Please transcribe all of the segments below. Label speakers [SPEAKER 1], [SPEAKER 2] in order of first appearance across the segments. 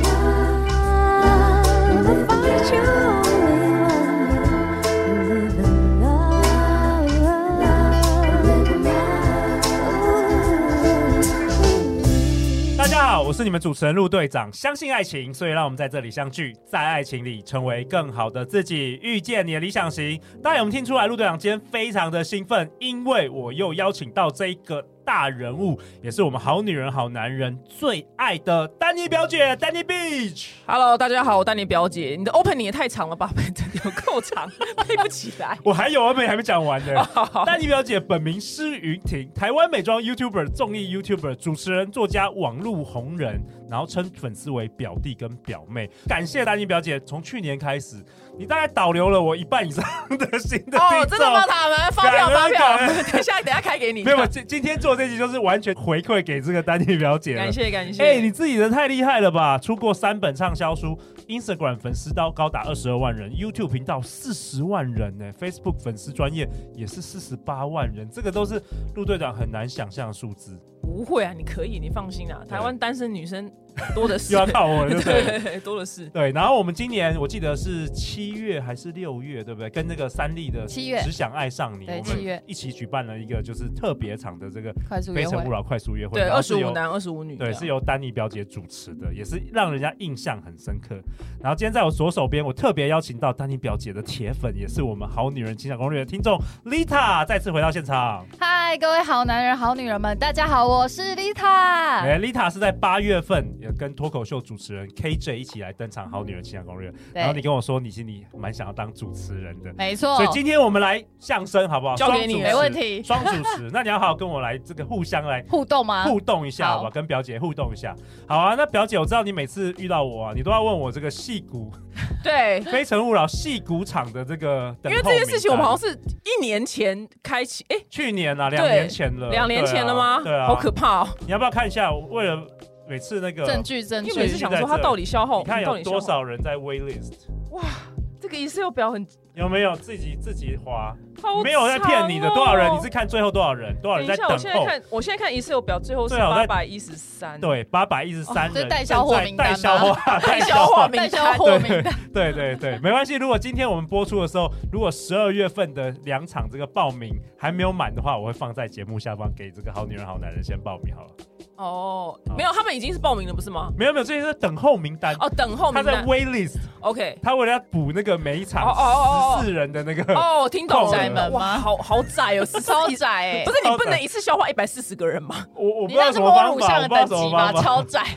[SPEAKER 1] Love, find you only one. Live in love, live in love.
[SPEAKER 2] 大家好，我是你们主持人陆队长。相信爱情，所以让我们在这里相聚，在爱情里成为更好的自己，遇见你的理想型。大家有没有听出来，陆队长今天非常的兴奋，因为我又邀请到这一个大人物，也是我们好女人、好男人最爱的丹妮表姐，丹妮 Beach。
[SPEAKER 3] Hello，大家好，我丹妮表姐。你的 opening 也太长了吧， 有够长， 背不起来。哦
[SPEAKER 2] 我还有啊，没还没讲完呢。
[SPEAKER 3] 好
[SPEAKER 2] 丹妮表姐本名施云婷，台湾美妆 YouTuber、综艺 YouTuber、主持人、作家、网络红人，然后称粉丝为表弟跟表妹。感谢丹妮表姐，从去年开始，你大概导流了我一半以上的新的
[SPEAKER 3] 哦，
[SPEAKER 2] 听
[SPEAKER 3] 真
[SPEAKER 2] 众
[SPEAKER 3] 的吗？他们发票
[SPEAKER 2] 感
[SPEAKER 3] 发
[SPEAKER 2] 恩
[SPEAKER 3] 票
[SPEAKER 2] 感恩，
[SPEAKER 3] 等一下等一下开给你。
[SPEAKER 2] 没有，今今天做这集就是完全回馈给这个丹妮表姐了。
[SPEAKER 3] 感谢感谢。
[SPEAKER 2] 哎、你自己人太厉害了吧！出过三本畅销书，Instagram 粉丝高高达二十二万人，YouTube 频道四十万人呢、f a c e b o o k 粉丝专业也是四十八万人，这个都是陆队长很难想象的数字。
[SPEAKER 3] 不会啊，你可以，你放心啊。台湾单身女生多的 是
[SPEAKER 2] 又要，靠我了，对不对？
[SPEAKER 3] 对，多的是。
[SPEAKER 2] 对，然后我们今年我记得是七月还是六月，对不对？跟那个三立的
[SPEAKER 4] 七月
[SPEAKER 2] 只想爱上你，
[SPEAKER 4] 对
[SPEAKER 2] 我们
[SPEAKER 4] 七月
[SPEAKER 2] 一起举办了一个就是特别场的这个
[SPEAKER 4] 快速
[SPEAKER 2] 非
[SPEAKER 4] 约
[SPEAKER 2] 诚
[SPEAKER 4] 会
[SPEAKER 2] 勿。扰快速约会，
[SPEAKER 3] 对，
[SPEAKER 2] 然后
[SPEAKER 3] 二
[SPEAKER 2] 是
[SPEAKER 3] 十
[SPEAKER 2] 由
[SPEAKER 3] 五男，二十五女。
[SPEAKER 2] 对，
[SPEAKER 3] 这
[SPEAKER 2] 是
[SPEAKER 3] 样
[SPEAKER 2] 由丹妮表姐主持的，也是让人家印象很深刻。然后今天在我左手边，我特别邀请到丹妮表姐的铁粉，也是我们《好女人情感攻略》的听众 Lita 再次回到现场。
[SPEAKER 4] 嗨，各位好男人、好女人们，大家好，我是丽塔。
[SPEAKER 2] 哎、l i t a 是在八月份也跟脱口秀主持人 KJ 一起来登场《好女人情感攻略》，然后你
[SPEAKER 4] 对，
[SPEAKER 2] 跟我说你心里蛮想要当主持人的。
[SPEAKER 4] 没错
[SPEAKER 2] 所以，今天我们来相声好不好？
[SPEAKER 3] 交给你
[SPEAKER 2] 双主持
[SPEAKER 4] 没问 题
[SPEAKER 2] 双主持，那你要好好跟我来这个互相来
[SPEAKER 4] 互动
[SPEAKER 3] 啊
[SPEAKER 4] 吗？
[SPEAKER 2] 互动一下好吧，
[SPEAKER 4] 好
[SPEAKER 2] 跟表姐互动一下。好啊，那表姐，我知道你每次遇到我啊，你都要问我这个戏骨，
[SPEAKER 3] 对
[SPEAKER 2] 《非诚勿扰》戏骨场的这个等
[SPEAKER 3] 因
[SPEAKER 2] 候名单，
[SPEAKER 3] 为这件事情我们好像是一年前开启，哎，
[SPEAKER 2] 去年啊，两
[SPEAKER 3] 对
[SPEAKER 2] 年前了，
[SPEAKER 3] 两年前了吗？
[SPEAKER 2] 对啊，
[SPEAKER 3] 好可怕哦。
[SPEAKER 2] 你要不要看一下？我为了每次那个，
[SPEAKER 4] 证据证
[SPEAKER 3] 因为每次
[SPEAKER 4] 据。
[SPEAKER 3] 想说他到底消耗，
[SPEAKER 2] 你看
[SPEAKER 3] 到
[SPEAKER 2] 有
[SPEAKER 3] 底消
[SPEAKER 2] 多
[SPEAKER 3] 耗
[SPEAKER 2] 少人在 wait list？
[SPEAKER 3] 这个 Excel 表很
[SPEAKER 2] 有没有自己自己划？
[SPEAKER 3] 好
[SPEAKER 2] 没有在骗你的，多少人？
[SPEAKER 3] 长哦
[SPEAKER 2] 你是看最后多少人？多少
[SPEAKER 3] 等
[SPEAKER 2] 人
[SPEAKER 3] 一
[SPEAKER 2] 哦在等
[SPEAKER 3] 下，我现在
[SPEAKER 2] 候？
[SPEAKER 3] 看，我现在看 Excel 表，最后是
[SPEAKER 2] 对啊我在
[SPEAKER 3] 八百一十三。，
[SPEAKER 2] 对，八百一十三
[SPEAKER 4] 哦这
[SPEAKER 2] 人
[SPEAKER 4] 代销货
[SPEAKER 2] 正在
[SPEAKER 4] 名单
[SPEAKER 2] 代
[SPEAKER 4] 吗
[SPEAKER 2] 销 货，代
[SPEAKER 3] 销货名
[SPEAKER 4] 代
[SPEAKER 3] 单
[SPEAKER 4] 销货名
[SPEAKER 2] 对
[SPEAKER 4] 单，
[SPEAKER 2] 对 对对，没关系。如果今天我们播出的时候，如果十二月份的两场这个报名还没有满的话，我会放在节目下方给这个好女人好男人先报名好了。
[SPEAKER 3] 哦
[SPEAKER 2] 好，
[SPEAKER 3] 没有，他们已经是报名了，不是吗？
[SPEAKER 2] 没有没有，这些是等候名单。
[SPEAKER 3] 哦，等候
[SPEAKER 2] 他
[SPEAKER 3] 名
[SPEAKER 2] 在
[SPEAKER 3] 单。
[SPEAKER 2] wait list，
[SPEAKER 3] OK。
[SPEAKER 2] 他为了要补那个每一场
[SPEAKER 3] 哦哦哦哦
[SPEAKER 2] 十四人的那个，
[SPEAKER 3] 哦，听懂
[SPEAKER 2] 空
[SPEAKER 3] 了。
[SPEAKER 2] 窄
[SPEAKER 4] 门
[SPEAKER 3] 哇，
[SPEAKER 4] 吗
[SPEAKER 3] 好好窄 哦，是
[SPEAKER 4] 超。窄哎、
[SPEAKER 3] 不是你不能一次消化一百四十个人吗？
[SPEAKER 2] 我我不
[SPEAKER 4] 你
[SPEAKER 2] 知道
[SPEAKER 4] 那是
[SPEAKER 2] 什么
[SPEAKER 4] 摸
[SPEAKER 2] 方
[SPEAKER 4] 乳
[SPEAKER 2] 法，
[SPEAKER 4] 像
[SPEAKER 2] 我
[SPEAKER 4] 的
[SPEAKER 2] 不知道
[SPEAKER 4] 等
[SPEAKER 2] 什么
[SPEAKER 4] 级
[SPEAKER 2] 方
[SPEAKER 4] 吧？
[SPEAKER 2] 法。
[SPEAKER 4] 超窄，
[SPEAKER 3] 啊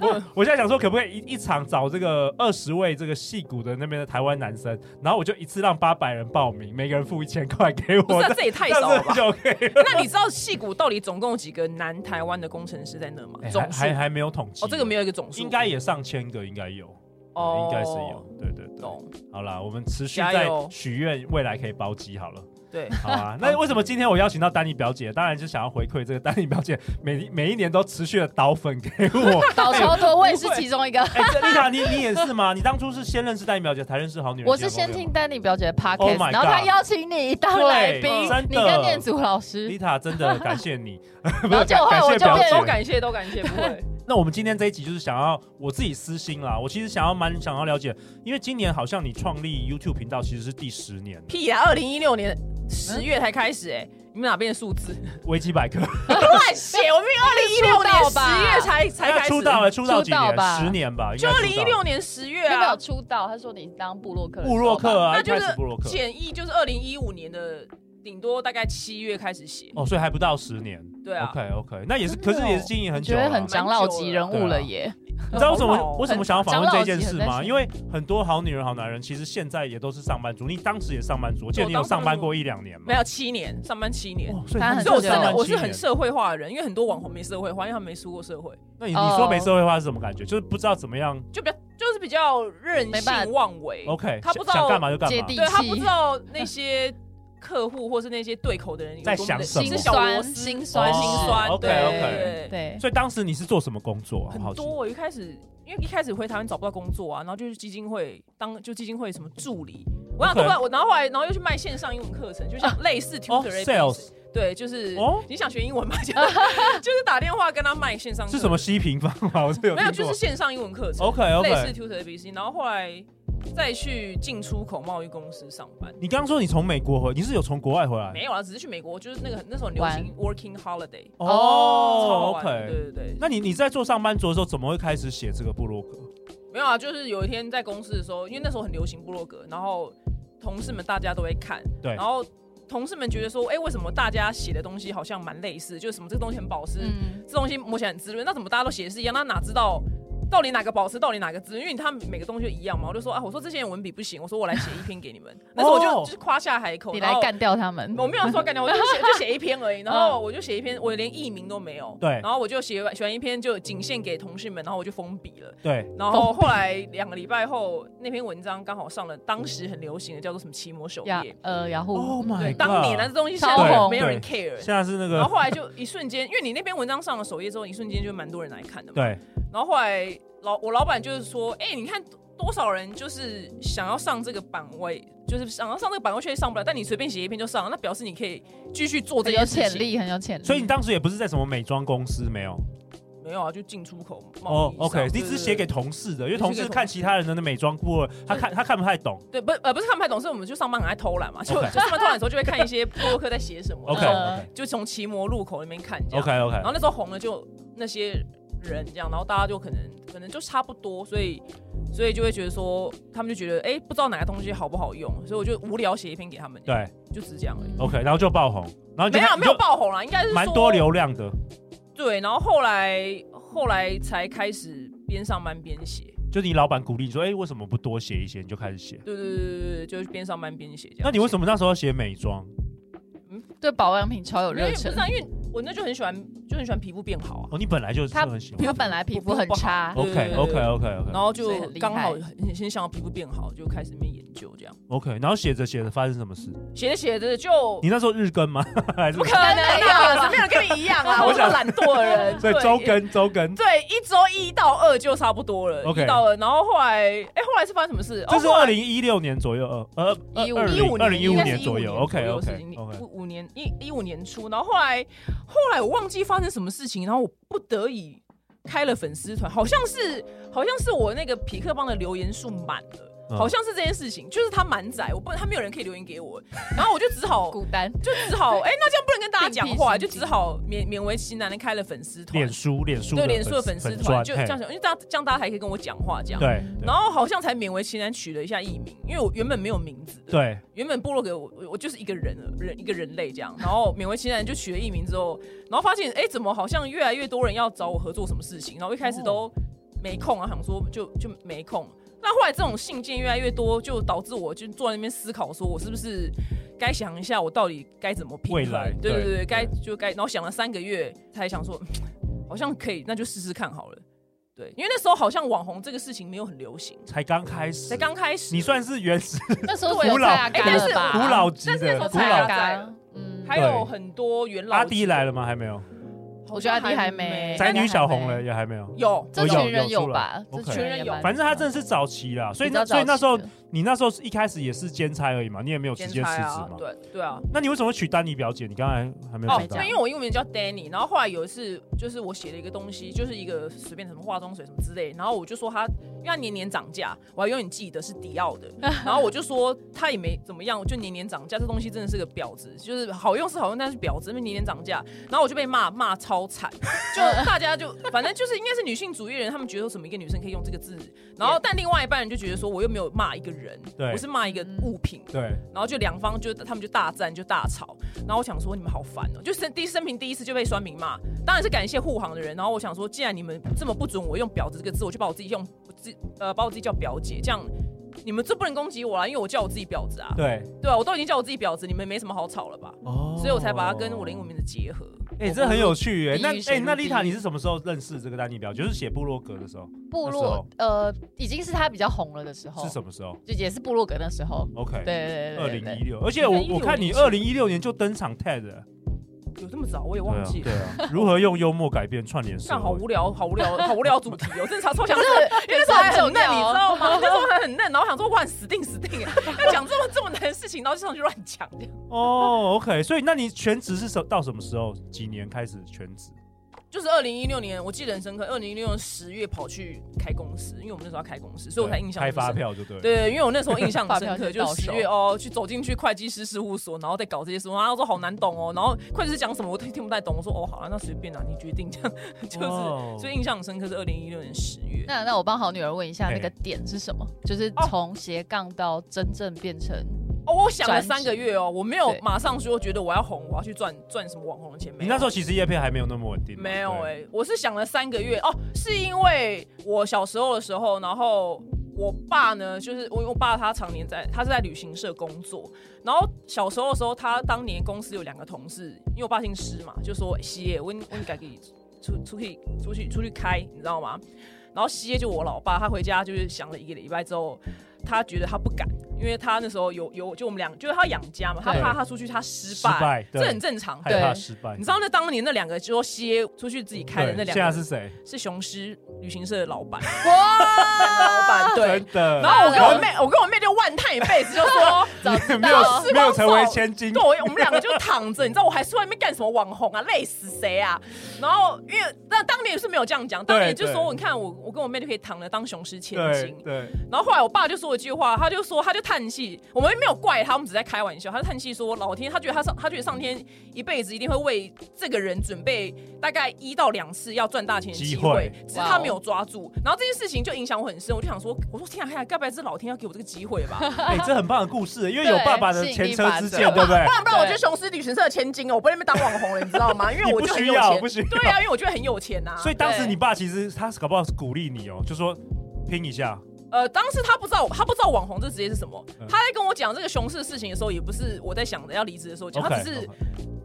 [SPEAKER 2] 我 我现在想说，可不可以一一场找这个二十位这个戏骨的那边的台湾男生，然后我就一次让八百人报名，每个人付一千块给
[SPEAKER 3] 不
[SPEAKER 2] 我，
[SPEAKER 3] 是啊，这也太
[SPEAKER 2] 这
[SPEAKER 3] 少了
[SPEAKER 2] 样子
[SPEAKER 3] 吧？
[SPEAKER 2] 就 OK 了。
[SPEAKER 3] 那你知道戏骨到底总共有几个南台湾的工程师在那吗
[SPEAKER 2] 哎？还
[SPEAKER 3] 总数
[SPEAKER 2] 还还没有统计，
[SPEAKER 3] 哦，这个没有一个总数，
[SPEAKER 2] 应该也上千个，应该有，嗯
[SPEAKER 3] 哦
[SPEAKER 2] 应该是有，对对对。
[SPEAKER 3] 懂
[SPEAKER 2] 好啦，我们持续
[SPEAKER 3] 加
[SPEAKER 2] 在
[SPEAKER 3] 油
[SPEAKER 2] 许愿，未来可以包机好了，
[SPEAKER 3] 对。
[SPEAKER 2] 好啊。那为什么今天我邀请到丹妮表姐？当然就想要回馈这个丹妮表姐每 每一年都持续的倒粉给我。
[SPEAKER 4] 搞超多，我也是其中一 个。
[SPEAKER 2] 哎、丽塔，你你也是吗？你当初是先认识丹妮表姐，才认识好女人
[SPEAKER 4] 我
[SPEAKER 2] 俱乐
[SPEAKER 4] 是
[SPEAKER 2] 部的吗？
[SPEAKER 4] 先听丹妮表姐的
[SPEAKER 2] Oh
[SPEAKER 4] podcast，、
[SPEAKER 2] my
[SPEAKER 4] 然后她
[SPEAKER 2] god
[SPEAKER 4] 邀请你当来宾
[SPEAKER 2] 对真，的
[SPEAKER 4] 你跟念祖老师
[SPEAKER 2] 丽，塔，真的感谢你，
[SPEAKER 4] 然后结果后来
[SPEAKER 2] 感
[SPEAKER 4] 我
[SPEAKER 2] 谢
[SPEAKER 4] 就
[SPEAKER 2] 表
[SPEAKER 4] 变
[SPEAKER 3] 都
[SPEAKER 2] 姐。
[SPEAKER 3] 感谢，都感谢，不会。
[SPEAKER 2] 那我们今天这一集就是想要我自己私心啦，我其实想要蛮想要了解，因为今年好像你创立 YouTube 频道其实是第十年了，
[SPEAKER 3] 屁啊！二零一六年十月才开始，哎，你们哪边的数 字？
[SPEAKER 2] 维基百科
[SPEAKER 3] 乱写，我们二零一六年
[SPEAKER 4] 出道吧
[SPEAKER 3] 十月才才
[SPEAKER 2] 哎
[SPEAKER 3] 开始嗯
[SPEAKER 2] 出道了，出道几
[SPEAKER 4] 出道
[SPEAKER 2] 年？
[SPEAKER 4] 吧
[SPEAKER 2] 十年吧，应
[SPEAKER 3] 就
[SPEAKER 2] 该出
[SPEAKER 3] 二
[SPEAKER 2] 道
[SPEAKER 3] 零一六年十月
[SPEAKER 4] 有没
[SPEAKER 3] 啊
[SPEAKER 4] 有，出道？他说你当布洛克的时候
[SPEAKER 2] 布
[SPEAKER 4] 吧，
[SPEAKER 2] 洛克啊，
[SPEAKER 3] 哦那
[SPEAKER 2] 一
[SPEAKER 3] 就
[SPEAKER 2] 开始
[SPEAKER 3] 是
[SPEAKER 2] 布洛克
[SPEAKER 3] 简易就是二零一五年的，顶多大概七月开始写。
[SPEAKER 2] 哦，所以还不到十年。
[SPEAKER 3] 对啊
[SPEAKER 2] OK OK，那也是，
[SPEAKER 4] 真
[SPEAKER 2] 可
[SPEAKER 4] 的哦
[SPEAKER 2] 是也是经营很
[SPEAKER 4] 我
[SPEAKER 2] 久
[SPEAKER 4] 觉
[SPEAKER 2] 了
[SPEAKER 4] 得
[SPEAKER 2] 啊。
[SPEAKER 4] 很长老级人物了耶。
[SPEAKER 2] 你知道为什
[SPEAKER 3] 好老
[SPEAKER 2] 么
[SPEAKER 3] 哦
[SPEAKER 2] 为什么想要访问这件事
[SPEAKER 4] 长老级很
[SPEAKER 2] 吗？
[SPEAKER 4] 担心
[SPEAKER 2] 因为很多好女人、好男人，其实现在也都是上班族。你当时也上班族，我记得
[SPEAKER 3] 我
[SPEAKER 2] 你有
[SPEAKER 3] 当时
[SPEAKER 2] 上班过一两年吗？
[SPEAKER 3] 没有七年，上班七年。
[SPEAKER 2] 哦，所以
[SPEAKER 4] 他
[SPEAKER 2] 很
[SPEAKER 4] 很
[SPEAKER 3] 所以我
[SPEAKER 4] 社
[SPEAKER 3] 是
[SPEAKER 4] 会化
[SPEAKER 3] 我是很社会化的人，因为很多网红没社会化，因为他们没出过社会，
[SPEAKER 2] 那你
[SPEAKER 4] 哦
[SPEAKER 2] 你说没社会化是什么感觉？就是不知道怎么样。
[SPEAKER 3] 就比较就是比较任
[SPEAKER 4] 没
[SPEAKER 3] 性
[SPEAKER 4] 办法
[SPEAKER 3] 妄为。
[SPEAKER 2] OK，
[SPEAKER 3] 他不知
[SPEAKER 2] 想
[SPEAKER 3] 道
[SPEAKER 2] 想干嘛就干
[SPEAKER 4] 接
[SPEAKER 2] 嘛。
[SPEAKER 4] 地
[SPEAKER 3] 对他
[SPEAKER 4] 气
[SPEAKER 3] 不知道那些客户或是那些对口的人有
[SPEAKER 2] 在
[SPEAKER 3] 多么的
[SPEAKER 2] 想什么
[SPEAKER 3] 是小螺丝
[SPEAKER 4] 心
[SPEAKER 2] 哦
[SPEAKER 4] 酸
[SPEAKER 3] 心酸。
[SPEAKER 2] OK，
[SPEAKER 3] 对
[SPEAKER 2] OK
[SPEAKER 3] 对
[SPEAKER 4] 对，
[SPEAKER 2] 所以当时你是做什么工作啊？我好
[SPEAKER 3] 很
[SPEAKER 2] 奇。
[SPEAKER 3] 多。我一开始因为一开始回台湾找不到工作啊，然后就去基金会当就基金会什么助理。我想
[SPEAKER 2] OK
[SPEAKER 3] 后来我然后后来然后又去卖线上英文课程，就像类似
[SPEAKER 2] 哦
[SPEAKER 3] tutor、a
[SPEAKER 2] ，sales
[SPEAKER 3] 对，就是
[SPEAKER 2] 哦
[SPEAKER 3] 你想学英文吗？ 这样就是打电话跟他卖线上课
[SPEAKER 2] 是什么西平方 吗？我是有
[SPEAKER 3] 没有，
[SPEAKER 2] 听
[SPEAKER 3] 就
[SPEAKER 2] 过
[SPEAKER 3] 是线上英文课程
[SPEAKER 2] OK
[SPEAKER 3] 类似
[SPEAKER 2] OK。
[SPEAKER 3] Tutor ABC，然后后来再去进出口贸易公司上班。
[SPEAKER 2] 你刚刚说你从美国回，你是有从国外回来？
[SPEAKER 3] 没有啊，只是去美国，就是那个那时候很流行 Working Holiday，超好
[SPEAKER 2] 哦
[SPEAKER 3] 玩的
[SPEAKER 2] ，OK。
[SPEAKER 3] 对对对，
[SPEAKER 2] 那你你在做上班族的时候，怎么会开始写这个部落格？
[SPEAKER 3] 没有啊，就是有一天在公司的时候，因为那时候很流行部落格，然后同事们大家都会看，
[SPEAKER 2] 对
[SPEAKER 3] 然后同事们觉得说，哎、为什么大家写的东西好像蛮类似，就是什么这个东西很保湿，
[SPEAKER 4] 嗯，
[SPEAKER 3] 这东西摸起来很滋润，那怎么大家都写的是一样？那哪知道到底哪个保湿，到底哪个滋润？因为他们每个东西都一样嘛。我就说啊，我说这些人文笔不行，我说我来写一篇给你
[SPEAKER 2] 哦
[SPEAKER 3] 们。那时候我就、就是夸下海口，
[SPEAKER 4] 你
[SPEAKER 3] 然
[SPEAKER 4] 来
[SPEAKER 3] 后
[SPEAKER 4] 干掉他们。
[SPEAKER 3] 我没有说干掉，我就写就写一篇而已， 然后
[SPEAKER 4] 嗯
[SPEAKER 3] 我就写一篇，我连艺名都没有。
[SPEAKER 2] 对
[SPEAKER 3] 然后我就写完写完一篇，就仅限给同事们，然后我就封笔了。
[SPEAKER 2] 对，
[SPEAKER 3] 然后后来两个礼拜后，那篇文章刚好上了当时很流行的叫做什么奇摩首
[SPEAKER 4] 雅
[SPEAKER 3] 页，
[SPEAKER 4] 呃雅虎
[SPEAKER 2] Oh my
[SPEAKER 3] 对，
[SPEAKER 2] god
[SPEAKER 3] 当年那这东西现
[SPEAKER 4] 超
[SPEAKER 3] 在
[SPEAKER 4] 红
[SPEAKER 3] 没有人
[SPEAKER 2] 现
[SPEAKER 3] care。
[SPEAKER 2] 在是那
[SPEAKER 3] 然
[SPEAKER 2] 个
[SPEAKER 3] 后后来就一瞬间，因为你那篇文章上了首页之后，一瞬间就蛮多人来看的嘛。
[SPEAKER 2] 对
[SPEAKER 3] 然后后来老我老板就是说，哎、你看多少人就是想要上这个版位，就是想要上这个版位却上不了，但你随便写一篇就上了，那表示你可以继续做这
[SPEAKER 4] 很
[SPEAKER 3] 件
[SPEAKER 4] 有
[SPEAKER 3] 事情
[SPEAKER 4] 潜。力，很有潜力。
[SPEAKER 2] 所以你当时也不是在什么美妆公司没有
[SPEAKER 3] 没有啊，就进出口贸
[SPEAKER 2] 哦
[SPEAKER 3] 易上。
[SPEAKER 2] ，OK，
[SPEAKER 3] 对
[SPEAKER 2] 你只是写给同事的，因为同事
[SPEAKER 3] 写给同
[SPEAKER 2] 看其他人的美妆顾问，他 看他看不太懂。
[SPEAKER 3] 对对不呃不是看不太懂，是我们就上班很爱偷懒嘛，就
[SPEAKER 2] OK
[SPEAKER 3] 就上班偷懒的时候就会看一些布洛克在写什么
[SPEAKER 2] OK
[SPEAKER 3] 然后
[SPEAKER 2] OK
[SPEAKER 3] 就从奇摩入口那边看这样。
[SPEAKER 2] OK
[SPEAKER 3] 呃然后
[SPEAKER 2] OK，
[SPEAKER 3] 那时候红了就那些人这样，然后大家就可能可能就差不多，所以所以就会觉得说，他们就觉得哎、不知道哪个东西好不好用，所以我就无聊写一篇给他们，，
[SPEAKER 2] 对
[SPEAKER 3] 就只是这样而已。
[SPEAKER 2] OK，然后就爆红，然后你就
[SPEAKER 3] 没有
[SPEAKER 2] 看
[SPEAKER 3] 没有
[SPEAKER 2] 你就
[SPEAKER 3] 爆红啦，应该是说
[SPEAKER 2] 蛮多流量的，
[SPEAKER 3] 对，然后后来后来才开始边上班边写，
[SPEAKER 2] 就你老板鼓励你说，哎，为什么不多写一些，你就开始写。
[SPEAKER 3] 对对对对对，就是边上班边写这样。
[SPEAKER 2] 那你为什么那时候要写美妆？
[SPEAKER 4] 对保养品超有
[SPEAKER 3] 因为
[SPEAKER 4] 热
[SPEAKER 3] 不是
[SPEAKER 4] 忱，
[SPEAKER 3] 啊，因为我那就很喜欢，就很喜欢皮肤变好啊。
[SPEAKER 2] 哦，你本来就是
[SPEAKER 4] 他
[SPEAKER 2] 很喜
[SPEAKER 4] 他
[SPEAKER 2] 欢。
[SPEAKER 4] 本来皮肤很差，
[SPEAKER 3] 对对
[SPEAKER 2] OK
[SPEAKER 3] 对
[SPEAKER 2] OK OK OK
[SPEAKER 3] 然后
[SPEAKER 4] 所以
[SPEAKER 3] 就
[SPEAKER 4] 很厉
[SPEAKER 3] 刚好
[SPEAKER 4] 害
[SPEAKER 3] 很很想要皮肤变好，就开始面研究这样，
[SPEAKER 2] OK，然后写着写着发生什么事？
[SPEAKER 3] 写着写着就
[SPEAKER 2] 你那时候日更吗？ 还是
[SPEAKER 3] 不可能
[SPEAKER 4] 没有
[SPEAKER 3] 啊！怎么样跟你一样啊？
[SPEAKER 2] 我
[SPEAKER 3] 我是个
[SPEAKER 2] 想
[SPEAKER 3] 懒惰的人，
[SPEAKER 2] 所以
[SPEAKER 3] 对
[SPEAKER 2] 周 更周更，
[SPEAKER 3] 对一周一到二就差不多了，
[SPEAKER 2] OK
[SPEAKER 3] 一到二，然后后来哎，后来是发生什么事？
[SPEAKER 2] 这是
[SPEAKER 3] 哦
[SPEAKER 2] 二零一六年左右，呃呃，二
[SPEAKER 4] 15
[SPEAKER 2] 二
[SPEAKER 3] 一五
[SPEAKER 2] 零二零一五
[SPEAKER 3] 应该
[SPEAKER 2] 年
[SPEAKER 3] 是
[SPEAKER 2] 左右，OK
[SPEAKER 3] 的
[SPEAKER 2] OK
[SPEAKER 3] 事情
[SPEAKER 2] OK，
[SPEAKER 3] 五五年一一五年初，然后后来后来我忘记发生什么事情，然后我不得已开了粉丝团，好像是好像是我那个匹克帮的留言数满了。
[SPEAKER 2] 嗯
[SPEAKER 3] 好像是这件事情，就是他满载，我不他没有人可以留言给我，然后我就只好
[SPEAKER 4] 孤单。
[SPEAKER 3] 就只好哎、那这样不能跟大家讲话，
[SPEAKER 4] 另辟蹊
[SPEAKER 3] 就
[SPEAKER 4] 径
[SPEAKER 3] 只好勉勉为其难的开了粉丝团
[SPEAKER 2] 脸，书脸书
[SPEAKER 3] 对
[SPEAKER 2] 的
[SPEAKER 3] 脸书的粉丝团，
[SPEAKER 2] 专
[SPEAKER 3] 就
[SPEAKER 2] 嘿
[SPEAKER 3] 这样想，因为大家这样大家才可以跟我讲话这样。
[SPEAKER 2] 对，对
[SPEAKER 3] 然后好像才勉为其难取了一下艺名，因为我原本没有名字，
[SPEAKER 2] 对
[SPEAKER 3] 原本部落格我我我就是一个人了，人一个人类这样，然后勉为其难就取了艺名之后，然后发现哎、怎么好像越来越多人要找我合作什么事情，然后一开始
[SPEAKER 2] 哦
[SPEAKER 3] 都没空啊，想说就就没空。那后来这种信件越来越多，就导致我就坐在那边思考，说我是不是该想一下我到底该怎么平衡
[SPEAKER 2] 未来
[SPEAKER 3] 对
[SPEAKER 2] 对
[SPEAKER 3] 对对，
[SPEAKER 2] 对
[SPEAKER 3] 该就该，然后想了三个月才想说，嗯好像可以，那就试试看好了。对，因为那时候好像网红这个事情没有很流行，
[SPEAKER 2] 才刚开始，
[SPEAKER 3] 才刚开始。
[SPEAKER 2] 你算是原始
[SPEAKER 4] 那时候只有蔡阿嘎
[SPEAKER 3] 古老
[SPEAKER 4] 了吧？
[SPEAKER 3] 哎
[SPEAKER 2] 古老级
[SPEAKER 3] 但是那时候
[SPEAKER 2] 的古
[SPEAKER 4] 蔡
[SPEAKER 3] 才
[SPEAKER 4] 阿
[SPEAKER 2] 老。
[SPEAKER 4] 嘎，嗯，
[SPEAKER 3] 还有很多元老
[SPEAKER 2] 阿迪来了吗？还没有，
[SPEAKER 4] 我觉得阿迪还没
[SPEAKER 2] 宅
[SPEAKER 4] 但
[SPEAKER 2] 女小红了也还没哦有。
[SPEAKER 3] 有
[SPEAKER 4] 这群人有吧？
[SPEAKER 2] 有有
[SPEAKER 4] 这
[SPEAKER 2] 出来
[SPEAKER 4] 群人也蛮
[SPEAKER 2] 反正他真的是早期啦，所以
[SPEAKER 4] 比较
[SPEAKER 2] 那所以那
[SPEAKER 4] 早期
[SPEAKER 2] 时候
[SPEAKER 4] 的
[SPEAKER 2] 你那时候是一开始也是兼差而已嘛，你也没有直
[SPEAKER 3] 兼
[SPEAKER 2] 接辞
[SPEAKER 3] 差
[SPEAKER 2] 职
[SPEAKER 3] 啊
[SPEAKER 2] 嘛，。
[SPEAKER 3] 对对啊，
[SPEAKER 2] 那你为什么会娶丹尼表姐？你刚才还没有
[SPEAKER 3] 哦，
[SPEAKER 2] 讲到
[SPEAKER 3] 对，因为我英文名叫 Danny，然后后来有一次就是我写了一个东西，就是一个随便什么化妆水什么之类，然后我就说它，因为它年年涨价，我还永远记得是迪奥的，然后我就说它也没怎么样，就年年涨价，这东西真的是个婊子，就是好用是好用，但是婊子，因为年年涨价，然后我就被骂骂超惨，就大家就反正就是应该是女性主义人，他们觉得什么一个女生可以用这个字，然后但另外一半人就觉得说我又没有骂一个人，
[SPEAKER 2] 对
[SPEAKER 3] 我是骂一个物品，
[SPEAKER 2] 对
[SPEAKER 3] 然后就两方就他们就大战就大吵，然后我想说你们好烦哦、就是第一生平第一次就被酸民骂，当然是感谢护航的人。然后我想说，既然你们这么不准我用“婊子”这个字，我就把我自己用我自呃把我自己叫表姐，这样你们就不能攻击我啦，因为我叫我自己婊子啊，
[SPEAKER 2] 对
[SPEAKER 3] 对啊，我都已经叫我自己婊子，你们没什么好吵了吧？
[SPEAKER 2] 哦
[SPEAKER 3] 所以我才把它跟我的英文名字结合。哦
[SPEAKER 2] 哎，这很有趣哎。
[SPEAKER 4] 地狱
[SPEAKER 2] 那
[SPEAKER 4] 陷
[SPEAKER 2] 哎，
[SPEAKER 4] 入
[SPEAKER 2] 那
[SPEAKER 4] 地
[SPEAKER 2] 丽塔，
[SPEAKER 4] 狱
[SPEAKER 2] 你是什么时候认识这个丹尼表姐？就是写部落格的时候那
[SPEAKER 4] 部
[SPEAKER 2] 时
[SPEAKER 4] 落
[SPEAKER 2] 候
[SPEAKER 4] 呃，已经是他比较红了的时候，
[SPEAKER 2] 是什么时候
[SPEAKER 4] 就也是部落格那时候。
[SPEAKER 2] ？OK，
[SPEAKER 4] 对对对
[SPEAKER 2] 二
[SPEAKER 4] 对
[SPEAKER 2] 零
[SPEAKER 4] 对
[SPEAKER 2] 一六，而且我
[SPEAKER 3] 2016
[SPEAKER 2] 我看你
[SPEAKER 3] 年
[SPEAKER 2] 二零一六年就登场 TED，了
[SPEAKER 3] 有这么早，我也忘记了。
[SPEAKER 2] 对 啊，如何用幽默改变串联社
[SPEAKER 3] 但好
[SPEAKER 2] 会
[SPEAKER 3] 无？聊， 好无聊，好无聊主题 哦！真的超超想，因
[SPEAKER 4] 这
[SPEAKER 3] 为那时候还很
[SPEAKER 4] 这
[SPEAKER 3] 哦
[SPEAKER 4] 很
[SPEAKER 3] 嫩，
[SPEAKER 4] 重
[SPEAKER 3] 你
[SPEAKER 4] 要
[SPEAKER 3] 知道吗？那时候还很嫩，然后想说哇，死定死定， 讲这么这么难的事情，然后就上去乱讲这样。
[SPEAKER 2] 哦，OK，所以那你全职是什到什么时候？几年开始全职？
[SPEAKER 3] 就是二零一六年，我记得很深刻，二零一六年十月跑去开公司，因为我们那时候要开公司，所以我才印象
[SPEAKER 2] 开
[SPEAKER 3] 很深
[SPEAKER 2] 发。票就对。，
[SPEAKER 3] 对，因为我那时候印象很
[SPEAKER 4] 发
[SPEAKER 3] 深
[SPEAKER 4] 票
[SPEAKER 3] 刻，
[SPEAKER 4] 就到
[SPEAKER 3] 就
[SPEAKER 4] 手
[SPEAKER 3] 十月哦，去走进去会计师事务所，然后再搞这些事，然后他说好难懂哦，然后会计师讲什么我都听不太懂，我说哦好啊，那随便啦、你决定这样， 就是、
[SPEAKER 2] 哦
[SPEAKER 3] 所以印象很深刻是二零一六年十月，
[SPEAKER 4] 那那我帮好女儿问一下，
[SPEAKER 2] 嘿哦
[SPEAKER 4] 那个点是什么？就是从斜杠到真正变成
[SPEAKER 3] 哦我想了
[SPEAKER 4] 转职
[SPEAKER 3] 三个月哦，我没有
[SPEAKER 4] 对
[SPEAKER 3] 马上说觉得我要红，我要去赚赚什么网红的钱，没
[SPEAKER 2] 你
[SPEAKER 3] 有
[SPEAKER 2] 那时候其实叶片还没有那么稳定嘛。
[SPEAKER 3] 没有
[SPEAKER 2] 对
[SPEAKER 3] 哎、我是想了三个月哦，是因为我小时候的时候，然后我爸呢，就是我我爸他常年在他是在旅行社工作，然后小时候的时候，他当年公司有两个同事，因为我爸姓施嘛，就说西 耶，我我你改给你出出去出去出去开，你知道吗？然后西耶就我老爸，他回家就是想了一个礼拜之后，他觉得他不敢，因为他那时候有有就我们俩就是他养家嘛，他
[SPEAKER 4] 对
[SPEAKER 3] 怕他出去他失
[SPEAKER 2] 失
[SPEAKER 3] 败，
[SPEAKER 2] 败
[SPEAKER 3] 这
[SPEAKER 2] 对
[SPEAKER 3] 很正常，
[SPEAKER 2] 害怕
[SPEAKER 4] 对
[SPEAKER 2] 失败。
[SPEAKER 3] 你知道那当年那两个就歇出去自己开的那
[SPEAKER 2] 哎对
[SPEAKER 3] 两
[SPEAKER 2] 现在
[SPEAKER 3] 个
[SPEAKER 2] 是谁？
[SPEAKER 3] 是雄狮旅行社的老板，
[SPEAKER 4] 哇，
[SPEAKER 3] 老板对
[SPEAKER 2] 真。的。
[SPEAKER 3] 然后我跟我妹，我跟我妹就万叹一辈子，就说
[SPEAKER 4] 早知
[SPEAKER 2] 没有
[SPEAKER 4] 道
[SPEAKER 3] 时光
[SPEAKER 2] 没有成为
[SPEAKER 3] 手
[SPEAKER 2] 千金
[SPEAKER 3] 对，，我我们两个就躺着，你知道我还去外面干什么网红啊，累死谁啊？然后因为那当年是没有这样讲，当年就
[SPEAKER 2] 对
[SPEAKER 3] 说
[SPEAKER 2] 对
[SPEAKER 3] 你看我我跟我妹就可以躺着当雄狮千
[SPEAKER 2] 对
[SPEAKER 3] 金，
[SPEAKER 2] 对，
[SPEAKER 3] 然后后来我爸就说一句话，他就说他就叹气，我们没有怪他，我们只是在开玩笑。他就叹气说：“老天，他觉得他上他觉得上天一辈子一定会为这个人准备大概一到两次要赚大钱的机
[SPEAKER 2] 机会
[SPEAKER 3] 会，只是他没有抓住。然后这件事情就影响我很深，我就想说，我说天啊，该不会是老天要给我这个 机会吧？
[SPEAKER 2] 哎，这很棒的故事，因为
[SPEAKER 4] 对
[SPEAKER 2] 有爸爸的前车之鉴，对不对
[SPEAKER 3] 不？然不然，我
[SPEAKER 4] 对
[SPEAKER 3] 就雄狮旅行社的千金哦，我不会在那边当网红了，你知 道吗？ 因
[SPEAKER 2] 你
[SPEAKER 3] 为
[SPEAKER 2] 不
[SPEAKER 3] 我就很
[SPEAKER 2] 需
[SPEAKER 3] 有
[SPEAKER 2] 要
[SPEAKER 3] 钱，
[SPEAKER 2] 不需要
[SPEAKER 3] 对啊，因为我就很有钱呐、啊。
[SPEAKER 2] 所以当时
[SPEAKER 4] 对
[SPEAKER 2] 你爸其实他搞不好是鼓励你哦，就说拼一下，
[SPEAKER 3] 呃，当时他不知道，他不知道网红这职业是什么。
[SPEAKER 2] 嗯
[SPEAKER 3] 他在跟我讲这个熊市的事情的时候，也不是我在想着要离职的时候讲，哦他
[SPEAKER 2] OK，
[SPEAKER 3] 只是
[SPEAKER 2] OK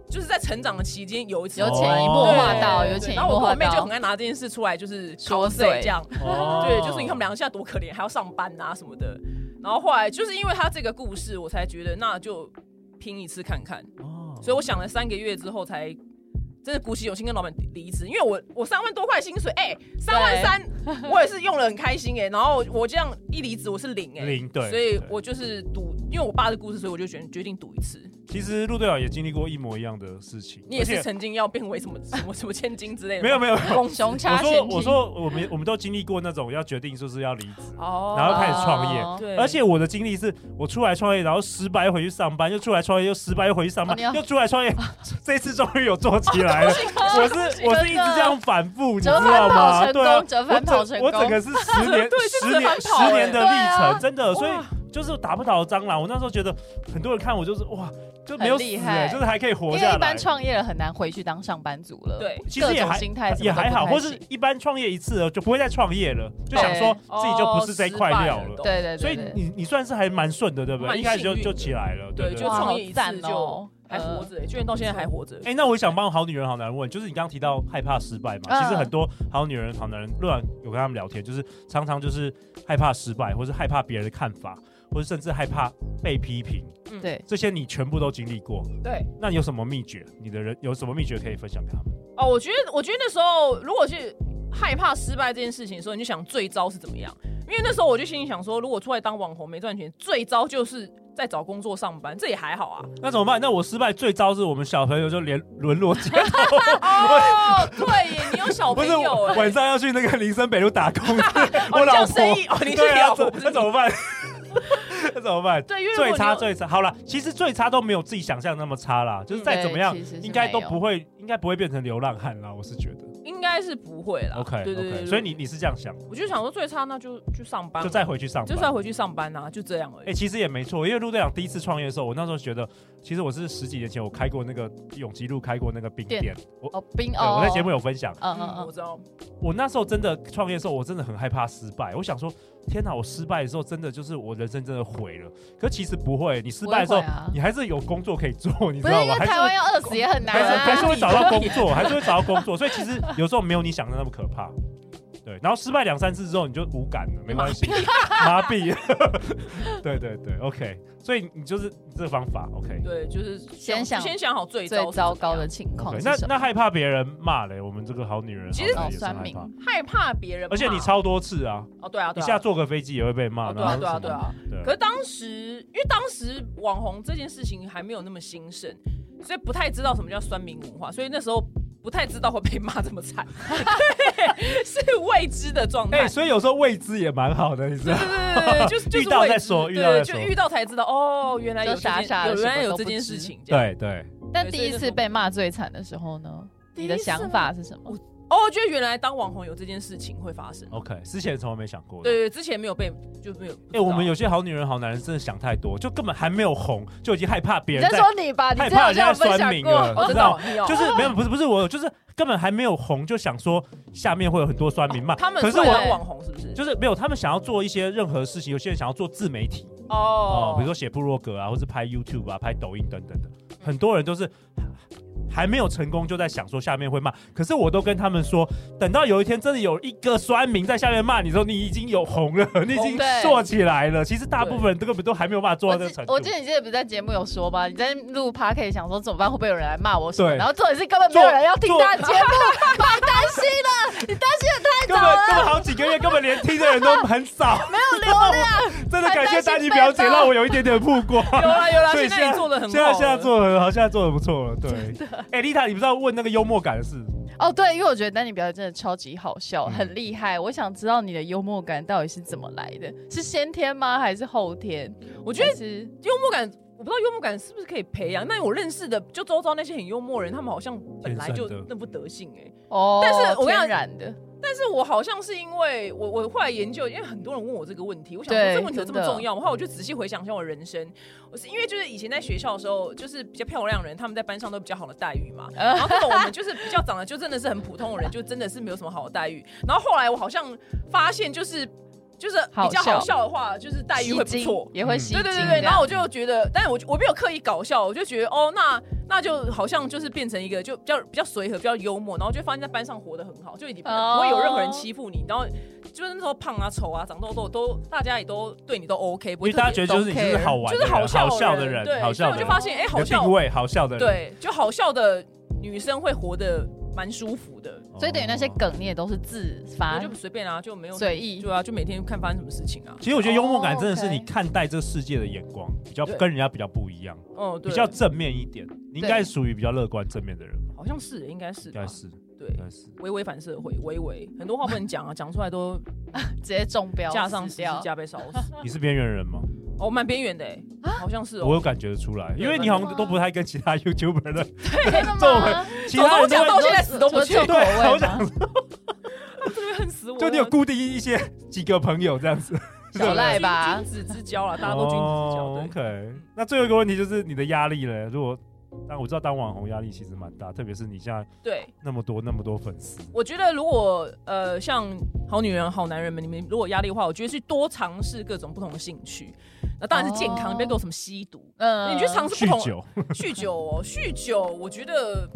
[SPEAKER 3] 就是在成长的期间有一次
[SPEAKER 4] 有
[SPEAKER 3] 哦
[SPEAKER 4] 潜移默化到，有潜移
[SPEAKER 3] 然后
[SPEAKER 4] 默
[SPEAKER 3] 我跟
[SPEAKER 4] 化
[SPEAKER 3] 我妹就很
[SPEAKER 4] 到，
[SPEAKER 3] 爱拿这件事出来，就是说
[SPEAKER 4] 说嘴
[SPEAKER 3] 嘴这样。
[SPEAKER 2] 哦
[SPEAKER 3] 对，就是你看我们两个现在多可怜，还要上班啊什么的。然后后来就是因为他这个故事，我才觉得那就拼一次看看。
[SPEAKER 2] 哦
[SPEAKER 3] 所以我想了三个月之后才。真的鼓起勇气跟老板离职，因为我我三万多块薪水，哎、三万三，我也是用了很开心哎、然后我这样一离职我是零哎、
[SPEAKER 2] 零对
[SPEAKER 3] 所以
[SPEAKER 2] 对
[SPEAKER 3] 我就是赌，因为我爸的故事，所以我就决决定赌一次。
[SPEAKER 2] 其实陆队长也经历过一模一样的事情，
[SPEAKER 3] 你也
[SPEAKER 2] 而
[SPEAKER 3] 是
[SPEAKER 2] 且
[SPEAKER 3] 曾经要变为什么什么什么千金之类的吗，
[SPEAKER 2] 没有没有。 没有
[SPEAKER 4] 熊
[SPEAKER 2] 我
[SPEAKER 4] 叉
[SPEAKER 2] 说
[SPEAKER 4] 先
[SPEAKER 2] 我说我们我们都经历过那种要决定就是要离职，
[SPEAKER 3] 哦
[SPEAKER 2] 然后开始创业
[SPEAKER 4] 哦
[SPEAKER 3] 对，
[SPEAKER 2] 而且我的经历是我出来创业，然后失败又回去上班，又出来创业又失败又回去上
[SPEAKER 4] 哦
[SPEAKER 2] 班，
[SPEAKER 4] 你要
[SPEAKER 2] 又出来 创业，这一次终于有做起来了。我是我是一直这样反复，你知
[SPEAKER 4] 折
[SPEAKER 2] 道
[SPEAKER 4] 返跑
[SPEAKER 2] 吗？
[SPEAKER 4] 成
[SPEAKER 2] 对啊
[SPEAKER 4] 功，，折
[SPEAKER 2] 我
[SPEAKER 4] 返跑成
[SPEAKER 2] 整我
[SPEAKER 4] 功，
[SPEAKER 2] 整个是十 年十年
[SPEAKER 3] 折返跑
[SPEAKER 2] 十年的历
[SPEAKER 4] 哎对啊
[SPEAKER 2] 程，真的，所以
[SPEAKER 3] 哇
[SPEAKER 2] 就是打不倒的蟑螂。我那时候觉得很多人看我就是哇，就没有
[SPEAKER 4] 很
[SPEAKER 2] 死
[SPEAKER 4] 厉，害
[SPEAKER 2] 哎就是还可以
[SPEAKER 4] 因
[SPEAKER 2] 活
[SPEAKER 4] 为
[SPEAKER 2] 下
[SPEAKER 4] 一
[SPEAKER 2] 来
[SPEAKER 4] 般。创业了很难回去当上班族了，
[SPEAKER 3] 对，
[SPEAKER 2] 其
[SPEAKER 4] 各
[SPEAKER 2] 实也
[SPEAKER 4] 种
[SPEAKER 2] 还
[SPEAKER 4] 心态什么
[SPEAKER 2] 也
[SPEAKER 4] 都不
[SPEAKER 2] 还好，
[SPEAKER 4] 太
[SPEAKER 2] 或是
[SPEAKER 4] 行
[SPEAKER 2] 一般创业一次了就不会再创业了，就想说
[SPEAKER 3] 对
[SPEAKER 2] 自己就不是这块料
[SPEAKER 3] 哦失败了
[SPEAKER 2] 了。
[SPEAKER 4] 对对对，
[SPEAKER 2] 所以
[SPEAKER 4] 对
[SPEAKER 2] 你你算是还蛮顺的，对不对？
[SPEAKER 3] 蛮
[SPEAKER 2] 一开始就
[SPEAKER 3] 幸运
[SPEAKER 2] 就
[SPEAKER 3] 的
[SPEAKER 2] 起来了，
[SPEAKER 3] 对，
[SPEAKER 2] 对
[SPEAKER 3] 就
[SPEAKER 4] 哇
[SPEAKER 3] 创
[SPEAKER 4] 好
[SPEAKER 3] 业一
[SPEAKER 4] 赞
[SPEAKER 3] 次
[SPEAKER 4] 哦
[SPEAKER 3] 就还活着、欸，居然到现在还活着。
[SPEAKER 2] 哎、那我想帮好女人、好男人问，就是你刚刚提到害怕失败嘛？
[SPEAKER 4] 嗯
[SPEAKER 2] 其实很多好女人、好男人，乱有跟他们聊天，就是常常就是害怕失败，或是害怕别人的看法，或是甚至害怕被批评，
[SPEAKER 3] 嗯
[SPEAKER 4] 对
[SPEAKER 2] 这些你全部都经历过。
[SPEAKER 3] 对
[SPEAKER 2] 那有什么秘诀？你的人有什么秘诀可以分享给他们？
[SPEAKER 3] 哦，我觉得，我觉得那时候如果是害怕失败这件事情的时候，你就想最糟是怎么样？因为那时候我就心里想说，如果出来当网红没赚钱，最糟就是在找工作上班，这也还好啊。
[SPEAKER 2] 那怎么办？那我失败最糟是我们小朋友就连沦落街头，
[SPEAKER 3] 哦，对耶，你有小
[SPEAKER 2] 不
[SPEAKER 3] 朋
[SPEAKER 2] 是
[SPEAKER 3] 友哎、
[SPEAKER 2] 晚上要去那个林森北路 打工，
[SPEAKER 3] 哦
[SPEAKER 2] 我
[SPEAKER 3] 你
[SPEAKER 2] 老
[SPEAKER 3] 叫
[SPEAKER 2] 婆
[SPEAKER 3] 生意哦，你是
[SPEAKER 2] 对啊
[SPEAKER 3] 老婆
[SPEAKER 2] 这那怎么办？ 那怎么办？
[SPEAKER 3] 对，因为如果
[SPEAKER 2] 最
[SPEAKER 3] 你
[SPEAKER 2] 差
[SPEAKER 3] 有
[SPEAKER 2] 最差，好了，其实最差都没有自己想象那么差啦，
[SPEAKER 3] 嗯
[SPEAKER 2] 就是再怎么样
[SPEAKER 4] 对其实，是
[SPEAKER 2] 应该都
[SPEAKER 4] 没有
[SPEAKER 2] 不会，应该不会变成流浪汉啦，我是觉得。
[SPEAKER 3] 应该是不会啦。
[SPEAKER 2] OK
[SPEAKER 3] 对对对
[SPEAKER 2] OK，
[SPEAKER 3] 对
[SPEAKER 2] 所以你你是这样想，
[SPEAKER 3] 我就想说最差那就去上班，
[SPEAKER 2] 就再回去上
[SPEAKER 3] 就
[SPEAKER 2] 班
[SPEAKER 3] 再。回去上班啊，就这样而
[SPEAKER 2] 哎、
[SPEAKER 3] 已。
[SPEAKER 2] 其实也没错，因为陆队长第一次创业的时候，我那时候觉得，其实我是十几年前我开过那个永吉路开过那个冰
[SPEAKER 4] 店
[SPEAKER 2] 店，我、
[SPEAKER 4] 哦冰
[SPEAKER 2] 对
[SPEAKER 4] 哦，
[SPEAKER 2] 我在节目有分享，
[SPEAKER 4] 嗯嗯
[SPEAKER 3] 嗯，我
[SPEAKER 4] 嗯，
[SPEAKER 3] 知道。
[SPEAKER 2] 我那时候真的创业的时候，我真的很害怕失败。我想说，天哪，我失败的时候真的就是我人生真的毁了。可其实不会，你失败的时候，
[SPEAKER 4] 不会啊
[SPEAKER 2] 你还是有工作可以做，你知
[SPEAKER 4] 不是
[SPEAKER 2] 道
[SPEAKER 4] 因
[SPEAKER 2] 吗？
[SPEAKER 4] 为
[SPEAKER 2] 还是
[SPEAKER 4] 台湾要饿死也很难
[SPEAKER 2] 还是还是
[SPEAKER 4] 啊，
[SPEAKER 2] 会找到工作，还是会找到工作。所以其实有时候没有你想的那么可怕。对，然后失败两三次之后你就无感了，没关系，麻痹。 对对对，OK，所以你就是这个方法，OK。
[SPEAKER 3] 对，就是
[SPEAKER 4] 先想
[SPEAKER 3] 先想好最糟
[SPEAKER 4] 最糟糕的
[SPEAKER 3] 是
[SPEAKER 4] 情况
[SPEAKER 2] OK，
[SPEAKER 4] 是
[SPEAKER 2] 那
[SPEAKER 4] 什么？
[SPEAKER 2] 那害怕别人骂嘞，我们这个好女人
[SPEAKER 3] 其实
[SPEAKER 2] 好像也是
[SPEAKER 4] 哦酸
[SPEAKER 2] 害
[SPEAKER 4] 民
[SPEAKER 2] 怕，
[SPEAKER 3] 怎么样害怕别人骂，
[SPEAKER 2] 而且你超多次啊，
[SPEAKER 3] 哦，对啊，
[SPEAKER 2] 一
[SPEAKER 3] 对
[SPEAKER 2] 下
[SPEAKER 3] 啊。
[SPEAKER 2] 坐个飞机也会被骂，
[SPEAKER 3] 哦对啊
[SPEAKER 2] 然后
[SPEAKER 3] 对
[SPEAKER 2] 什
[SPEAKER 3] 啊
[SPEAKER 2] 么
[SPEAKER 3] 对啊
[SPEAKER 2] 对啊
[SPEAKER 3] 可是当时，因为当时网红这件事情还没有那么兴盛，所以不太知道什么叫酸民文化，所以那时候不太知道会被骂这么惨， 对，是未知的状
[SPEAKER 2] 哎、
[SPEAKER 3] 态。
[SPEAKER 2] 所以有时候未知也蛮好的，你知道
[SPEAKER 3] 对。对对对，就是就
[SPEAKER 2] 遇
[SPEAKER 3] 是
[SPEAKER 2] 到
[SPEAKER 3] 未知
[SPEAKER 2] 再说遇到
[SPEAKER 3] 对，
[SPEAKER 2] 再
[SPEAKER 3] 就
[SPEAKER 2] 说
[SPEAKER 3] 遇到才知道哦，原来有
[SPEAKER 4] 就傻
[SPEAKER 3] 这件
[SPEAKER 4] 傻的
[SPEAKER 3] 有原
[SPEAKER 4] 什
[SPEAKER 3] 来
[SPEAKER 4] 么
[SPEAKER 3] 有
[SPEAKER 4] 都
[SPEAKER 3] 这
[SPEAKER 4] 不
[SPEAKER 3] 件
[SPEAKER 4] 知
[SPEAKER 3] 事情，这样
[SPEAKER 2] 对对，
[SPEAKER 4] 但
[SPEAKER 3] 对
[SPEAKER 4] 第
[SPEAKER 3] 所以
[SPEAKER 4] 一
[SPEAKER 3] 那
[SPEAKER 4] 次
[SPEAKER 3] 时候
[SPEAKER 4] 被骂最惨的时候呢？
[SPEAKER 3] 第
[SPEAKER 4] 你的
[SPEAKER 3] 一次
[SPEAKER 4] 想法是什么？
[SPEAKER 3] 哦，觉得原来当网红有这件事情会发生。
[SPEAKER 2] OK，之前从来没想过。
[SPEAKER 3] 对，对，之前没有被就没有。
[SPEAKER 2] 哎、我们有些好女人、好男人真的想太多，就根本还没有红，就已经害怕别
[SPEAKER 4] 你
[SPEAKER 2] 人
[SPEAKER 4] 在
[SPEAKER 2] 在，
[SPEAKER 4] 说你吧？你
[SPEAKER 2] 害
[SPEAKER 4] 之
[SPEAKER 2] 怕人
[SPEAKER 4] 前就
[SPEAKER 2] 家
[SPEAKER 4] 有分
[SPEAKER 2] 酸
[SPEAKER 4] 享
[SPEAKER 2] 民
[SPEAKER 4] 过
[SPEAKER 2] 了，
[SPEAKER 3] 哦，
[SPEAKER 2] 知
[SPEAKER 3] 真的
[SPEAKER 2] 道
[SPEAKER 3] 哦，？你哦，
[SPEAKER 2] 就是没有，不是不是我，就是根本还没有红，就想说下面会有很多酸民骂。
[SPEAKER 3] 哦他们欸
[SPEAKER 2] 可是
[SPEAKER 3] 出来当
[SPEAKER 2] 我
[SPEAKER 3] 网红是不是？
[SPEAKER 2] 就是没有，他们想要做一些任何事情，有些人想要做自媒体哦、
[SPEAKER 3] 哦，
[SPEAKER 2] 比如说写部落格啊，或是拍 YouTube 啊、拍抖音等等的，很多人都是。还没有成功，就在想说下面会骂。可是我都跟他们说，等到有一天真的有一个酸民在下面骂你的时候，你已经有红了， 你已经
[SPEAKER 4] 对
[SPEAKER 2] 做起来了。其实大部分人都根本都还没有办法做
[SPEAKER 4] 我
[SPEAKER 2] 到这个
[SPEAKER 4] 记
[SPEAKER 2] 程度。
[SPEAKER 4] 我记得你之前不是在节目有说吧？你在录 p a r k 想说怎么办，会不会有人来骂我什么？
[SPEAKER 2] 对
[SPEAKER 4] 然后重点是根本没有人要听
[SPEAKER 2] 做
[SPEAKER 4] 他的节目， 太担心了，你担心的
[SPEAKER 2] 根本根本好几个月，根本连听的人都很少，没有流量。真的感谢丹妮表姐，让我有一点点曝光。
[SPEAKER 3] 有啊啦有 啦，
[SPEAKER 2] 所以
[SPEAKER 3] 现在你做的很好了，啊
[SPEAKER 2] 现在现在做的很好，现在做的不错了。对，哎，丽塔，你不知道问那个幽默感的事，
[SPEAKER 4] 太哦对，因为我觉得丹尼表演真的超级好笑，
[SPEAKER 2] 嗯
[SPEAKER 4] 很厉害。我想知道你的幽默感到底是怎么来的，是先天吗？还是后天？
[SPEAKER 3] 我觉
[SPEAKER 4] 就
[SPEAKER 3] 得
[SPEAKER 4] 是
[SPEAKER 3] 幽默感，我不知道幽默感是不是可以培养。但我认识的，就周遭那些很幽默的人，他们好像本来就
[SPEAKER 2] 天生的
[SPEAKER 3] 那副德性哎、欸
[SPEAKER 4] 哦，
[SPEAKER 3] 但是我跟你讲
[SPEAKER 4] 天然的，
[SPEAKER 3] 但是我好像是因为我我后来研究，因为很多人问我这个问题，我想说
[SPEAKER 4] 对
[SPEAKER 3] 这问题有这么
[SPEAKER 4] 真的嗯
[SPEAKER 3] 重要吗？后来我就仔细回想一下我人生，我是因为就是以前在学校的时候，就是比较漂亮的人，他们在班上都比较好的待遇
[SPEAKER 4] 嗯
[SPEAKER 3] 嘛，然后根本我们就是比较长得就真的是很普通的人，就真的是没有什么好的待遇。然后后来我好像发现就是。就是比较好
[SPEAKER 4] 好笑
[SPEAKER 3] 笑的话，就是待遇会不
[SPEAKER 4] 吸睛
[SPEAKER 3] 错，嗯
[SPEAKER 4] 也会吸睛
[SPEAKER 3] 对对
[SPEAKER 4] 这样。
[SPEAKER 3] 对对，然后我就觉得，但我我没有刻意搞笑，我就觉得哦，那那就好像就是变成一个就比较比较随和、比较幽默，然后就发现在班上活得很好，就已经不
[SPEAKER 4] 哦
[SPEAKER 3] 不会有任何人欺负你，然后就是那时候胖啊、丑啊、长痘痘都大家也都对你都 OK，不
[SPEAKER 2] 因为
[SPEAKER 3] 会
[SPEAKER 2] 大家
[SPEAKER 3] 特
[SPEAKER 2] 觉得就
[SPEAKER 3] 别
[SPEAKER 2] 是你就是好玩的
[SPEAKER 3] 就
[SPEAKER 2] 人，
[SPEAKER 3] 是好笑
[SPEAKER 2] 好笑
[SPEAKER 3] 的
[SPEAKER 2] 的
[SPEAKER 3] 人
[SPEAKER 2] 人，
[SPEAKER 3] 对
[SPEAKER 2] 好笑
[SPEAKER 3] 所以
[SPEAKER 2] 的
[SPEAKER 3] 我就
[SPEAKER 2] 人，
[SPEAKER 3] 发现哎、好
[SPEAKER 2] 有
[SPEAKER 3] 笑
[SPEAKER 2] 定位，好笑的人，
[SPEAKER 3] 对，就好笑的女生会活得蛮舒服的，
[SPEAKER 2] 哦
[SPEAKER 4] 所以等于那些。梗你也都是自
[SPEAKER 3] 我
[SPEAKER 4] 发
[SPEAKER 3] 就随便啊，就没有
[SPEAKER 4] 随意
[SPEAKER 3] 对啊，就每天看发生什么事情啊，
[SPEAKER 2] 其实我觉得幽默感
[SPEAKER 4] 哦
[SPEAKER 2] 真的是
[SPEAKER 4] OK
[SPEAKER 2] 你看待这世界的眼光比较
[SPEAKER 3] 哦对
[SPEAKER 2] 跟人家比较不一样，
[SPEAKER 3] 哦，
[SPEAKER 2] 比
[SPEAKER 3] 对，
[SPEAKER 2] 较正面一点。你应该是属于比较乐观正面的人吧？
[SPEAKER 3] 好像是欸应该是
[SPEAKER 2] 应
[SPEAKER 3] 吧
[SPEAKER 2] 该，是，
[SPEAKER 3] 对
[SPEAKER 2] 应。该是。
[SPEAKER 3] 微微反社会，微微很多话不能 讲啊，讲出来都
[SPEAKER 4] 直接中标，
[SPEAKER 3] 架上
[SPEAKER 4] 死
[SPEAKER 3] 十
[SPEAKER 4] 掉
[SPEAKER 3] 字。架被烧死。
[SPEAKER 2] 你是边缘人吗？
[SPEAKER 3] 哦，蛮边缘的哎、好像是
[SPEAKER 2] 我
[SPEAKER 3] 哦
[SPEAKER 2] 有。感觉得出来，因为
[SPEAKER 3] 对
[SPEAKER 2] 你好像
[SPEAKER 4] 真的
[SPEAKER 2] 都
[SPEAKER 4] 吗
[SPEAKER 2] 不太跟其他 YouTuber 的，
[SPEAKER 4] 真的
[SPEAKER 2] 皱
[SPEAKER 4] 吗
[SPEAKER 2] 纹？其他人
[SPEAKER 3] 走
[SPEAKER 2] 都
[SPEAKER 3] 到
[SPEAKER 2] 会
[SPEAKER 3] 现在死都不去
[SPEAKER 4] 除了重口
[SPEAKER 2] 对好
[SPEAKER 4] 味
[SPEAKER 2] 想
[SPEAKER 4] 吗？
[SPEAKER 3] 这边恨死我了。
[SPEAKER 2] 就你有固定一些几个朋友这样子，
[SPEAKER 4] 小赖吧
[SPEAKER 3] 君，子之交啦，大家都君子之交。
[SPEAKER 2] 哦
[SPEAKER 3] 对，
[SPEAKER 2] OK，那最后一个问题就是你的压力嘞？如果但我知道当网红压力其实蛮大，特别是你现在
[SPEAKER 3] 对
[SPEAKER 2] 那么多那么多粉丝，
[SPEAKER 3] 我觉得如果呃像好女人、好男人们，你们如果有压力的话，我觉得去多尝试各种不同的兴趣。那当然是健康，
[SPEAKER 4] 哦
[SPEAKER 3] 你别给我什么吸毒。
[SPEAKER 4] 嗯
[SPEAKER 3] 你去尝试
[SPEAKER 2] 酗
[SPEAKER 3] 不同
[SPEAKER 2] 酒，
[SPEAKER 3] 酗酒哦，酗酒，我觉得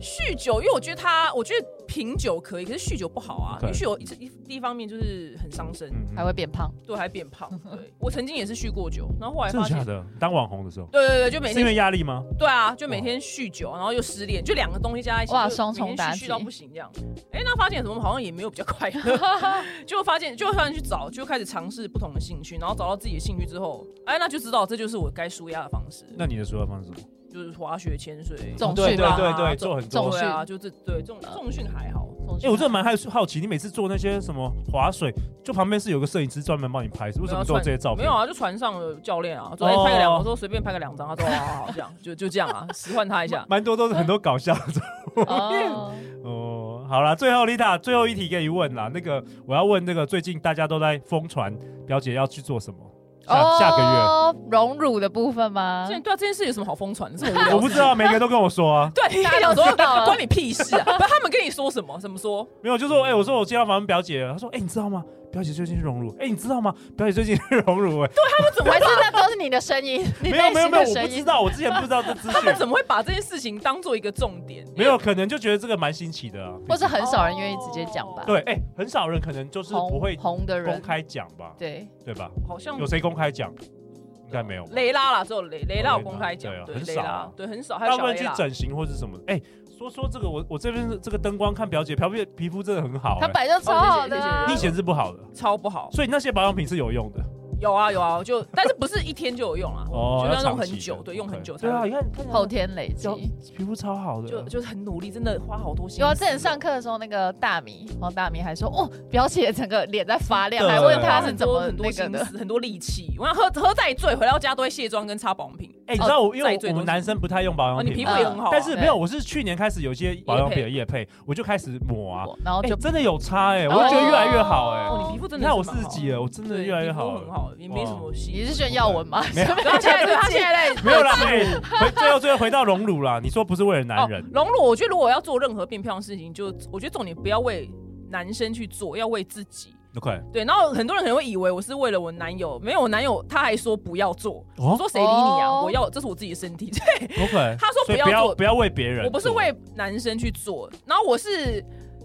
[SPEAKER 3] 酗酒，因为我觉得他，我觉得品酒可以，可是酗酒不好啊。因
[SPEAKER 2] OK
[SPEAKER 3] 为酗酒一一第一方面就是很伤身，
[SPEAKER 2] 嗯，
[SPEAKER 4] 还会变胖，
[SPEAKER 3] 对，还变 胖。对，我曾经也是酗过酒，然后后来
[SPEAKER 2] 真
[SPEAKER 3] 发
[SPEAKER 2] 的假
[SPEAKER 3] 现，
[SPEAKER 2] 的？当网红的时候
[SPEAKER 3] 对对对，就每
[SPEAKER 2] 是因为
[SPEAKER 3] 天
[SPEAKER 2] 压力吗？
[SPEAKER 3] 对啊，就每天酗酒，然后又失恋，就两个东西加在一起，
[SPEAKER 4] 哇
[SPEAKER 3] 就
[SPEAKER 4] 双重
[SPEAKER 3] 每天
[SPEAKER 4] 打
[SPEAKER 3] 酗
[SPEAKER 4] 击
[SPEAKER 3] 酗到不行这样。哎，那发现怎么好像也没有比较快乐， 就发现就突然去找，就开始尝试不同的兴趣，然后找到自己的兴趣之后，哎，那就知道这就是我该舒压的方式，
[SPEAKER 2] 那你的说话方式是什么？
[SPEAKER 3] 就是滑雪、潜水、啊
[SPEAKER 2] 哦
[SPEAKER 4] 重
[SPEAKER 2] 对
[SPEAKER 4] 训
[SPEAKER 2] 对
[SPEAKER 4] 吧
[SPEAKER 2] 对对，做很
[SPEAKER 4] 重
[SPEAKER 2] 多
[SPEAKER 4] 训。呃
[SPEAKER 3] 对啊，就这对重重训还好。
[SPEAKER 2] 哎、我真的蛮好好奇，你每次做那些什么划水，就旁边是有个摄影师专门帮你拍，为什么做这些照
[SPEAKER 3] 没
[SPEAKER 2] 片？哦
[SPEAKER 3] 有啊，就船上的教练啊，昨天拍个两，我说随便拍个两张，他说哦好好好，这样就就这样啊，使唤他一下。
[SPEAKER 2] 蛮多都是很多搞笑的。
[SPEAKER 4] 哦，
[SPEAKER 2] 哦，好啦，最后 Lita 最后一题可以问啦。那个我要问那个最近大家都在疯传表姐要去做什么，下、
[SPEAKER 4] 哦
[SPEAKER 2] 下个
[SPEAKER 4] 个月荣辱的部分吗
[SPEAKER 3] 这？件对啊，这件事有什么好疯传？这么无
[SPEAKER 2] 月，
[SPEAKER 3] 聊。，
[SPEAKER 2] 我不知。道，每个都跟我说啊
[SPEAKER 3] 对，你想
[SPEAKER 4] 大家都
[SPEAKER 3] 说
[SPEAKER 4] 知道啊
[SPEAKER 3] 关你屁事啊？不是他们跟你说什么？怎么说？
[SPEAKER 2] 哦没有就说哎、我说我接到访问表姐了，她说哎、你知道吗？表姐最近去荣辱，哎，你知道吗？表姐最近去荣辱，哎，
[SPEAKER 4] 怎么还是那都是你的 声音？你
[SPEAKER 2] 没有
[SPEAKER 4] 内
[SPEAKER 2] 没有
[SPEAKER 4] 心
[SPEAKER 2] 没有，我不
[SPEAKER 4] 的声
[SPEAKER 2] 知
[SPEAKER 4] 音。
[SPEAKER 2] 道，我之前不知道这资
[SPEAKER 3] 他们
[SPEAKER 2] 讯，
[SPEAKER 3] 怎么会把这件事情当做一个重点？
[SPEAKER 2] 没有，可能就觉得这个蛮新奇的啊，
[SPEAKER 4] 或是很少人愿意直接讲吧。
[SPEAKER 2] 对，哎，很少人可能就是
[SPEAKER 4] 红
[SPEAKER 2] 不会
[SPEAKER 4] 红的
[SPEAKER 2] 公
[SPEAKER 4] 人，
[SPEAKER 2] 开讲吧，
[SPEAKER 4] 对，
[SPEAKER 2] 对吧？
[SPEAKER 3] 好像
[SPEAKER 2] 有谁公开讲？应该没有吧。
[SPEAKER 3] 雷拉啦，只有雷雷拉有公开讲
[SPEAKER 2] 对啊，
[SPEAKER 3] 对
[SPEAKER 2] 很
[SPEAKER 3] 雷
[SPEAKER 2] 少
[SPEAKER 3] 拉
[SPEAKER 2] 啊，
[SPEAKER 3] 对很少，还有
[SPEAKER 2] 大部
[SPEAKER 3] 小
[SPEAKER 2] 分
[SPEAKER 3] 雷
[SPEAKER 2] 去
[SPEAKER 3] 拉。
[SPEAKER 2] 整形或是什么？哎、说说这个，我我这边这个灯光看表姐，表姐皮肤真的很好、
[SPEAKER 4] 他
[SPEAKER 2] 哎
[SPEAKER 4] 摆就超好的
[SPEAKER 3] 哦
[SPEAKER 4] 啊
[SPEAKER 2] 你以。前是不好的，
[SPEAKER 3] 超不好，
[SPEAKER 2] 所以那些保养品是有用的
[SPEAKER 3] 有啊有啊，我就但是不是一天就有用啊，
[SPEAKER 2] 哦，
[SPEAKER 3] 就是要用
[SPEAKER 2] 长期
[SPEAKER 3] 很久，
[SPEAKER 2] 的
[SPEAKER 3] 对，用很久
[SPEAKER 2] OK
[SPEAKER 3] 才
[SPEAKER 2] 对啊，
[SPEAKER 3] 会
[SPEAKER 2] 你看看起来
[SPEAKER 4] 后天累积
[SPEAKER 2] 就。皮肤超好的，啊
[SPEAKER 3] 就就是很努力，真的花好多心思。
[SPEAKER 4] 有啊，之前上课的时候，那个大米黄大米还说，哦，表姐整个脸在发亮，
[SPEAKER 2] 真的
[SPEAKER 4] 还问
[SPEAKER 2] 他
[SPEAKER 4] 她是
[SPEAKER 3] 啊很
[SPEAKER 4] 怎
[SPEAKER 3] 多
[SPEAKER 4] 么
[SPEAKER 3] 很多
[SPEAKER 4] 那个
[SPEAKER 3] 心
[SPEAKER 4] 的。
[SPEAKER 3] 思，很多力气。我想喝喝再醉，回到家都会卸妆跟擦保养品。
[SPEAKER 2] 哎、你知道我、
[SPEAKER 3] 哦
[SPEAKER 2] 因为
[SPEAKER 3] 再
[SPEAKER 2] 我
[SPEAKER 3] 最
[SPEAKER 2] 我
[SPEAKER 3] 多
[SPEAKER 2] 们男生不太用保
[SPEAKER 3] 哦，
[SPEAKER 2] 养
[SPEAKER 3] 你
[SPEAKER 2] 品，
[SPEAKER 3] 皮肤也很好啊，
[SPEAKER 2] 但是
[SPEAKER 4] 对
[SPEAKER 2] 没有，我是去年开始有一些保养品的液配，我就开始抹啊，
[SPEAKER 4] 然后
[SPEAKER 2] 哎、
[SPEAKER 4] 就
[SPEAKER 2] 真的有差哎、我觉得越来越好哎、
[SPEAKER 3] 哦，你皮肤真
[SPEAKER 2] 你
[SPEAKER 3] 的
[SPEAKER 2] 看
[SPEAKER 3] 是
[SPEAKER 2] 我
[SPEAKER 3] 蛮好
[SPEAKER 2] 自己了，我真的
[SPEAKER 3] 对
[SPEAKER 2] 越来越
[SPEAKER 3] 皮肤
[SPEAKER 2] 好
[SPEAKER 3] 很
[SPEAKER 2] 了。
[SPEAKER 3] 好，也没什么
[SPEAKER 4] 哦你
[SPEAKER 3] 戏。
[SPEAKER 4] 是炫耀文吗？
[SPEAKER 2] 没有
[SPEAKER 3] 然后现在对啊他现在在
[SPEAKER 2] 没 有啦，哎、回最后最后回到荣辱啦，你说不是为了男人，
[SPEAKER 3] 荣辱，哦我觉得如果要做任何变漂亮的事情，就我觉得重点不要为男生去做，要为自己。
[SPEAKER 2] OK，
[SPEAKER 3] 对，然后很多人可能会以为我是为了我男友，没有我男友，他还说不要做，
[SPEAKER 2] 哦
[SPEAKER 3] 我说谁理你啊？
[SPEAKER 4] 哦
[SPEAKER 3] 我要这是我自己的身体，
[SPEAKER 2] OK，
[SPEAKER 3] 他说
[SPEAKER 2] 所以
[SPEAKER 3] 不要
[SPEAKER 2] 要
[SPEAKER 3] 做
[SPEAKER 2] 不要为别人，
[SPEAKER 3] 我不是为男生去做，然后我是。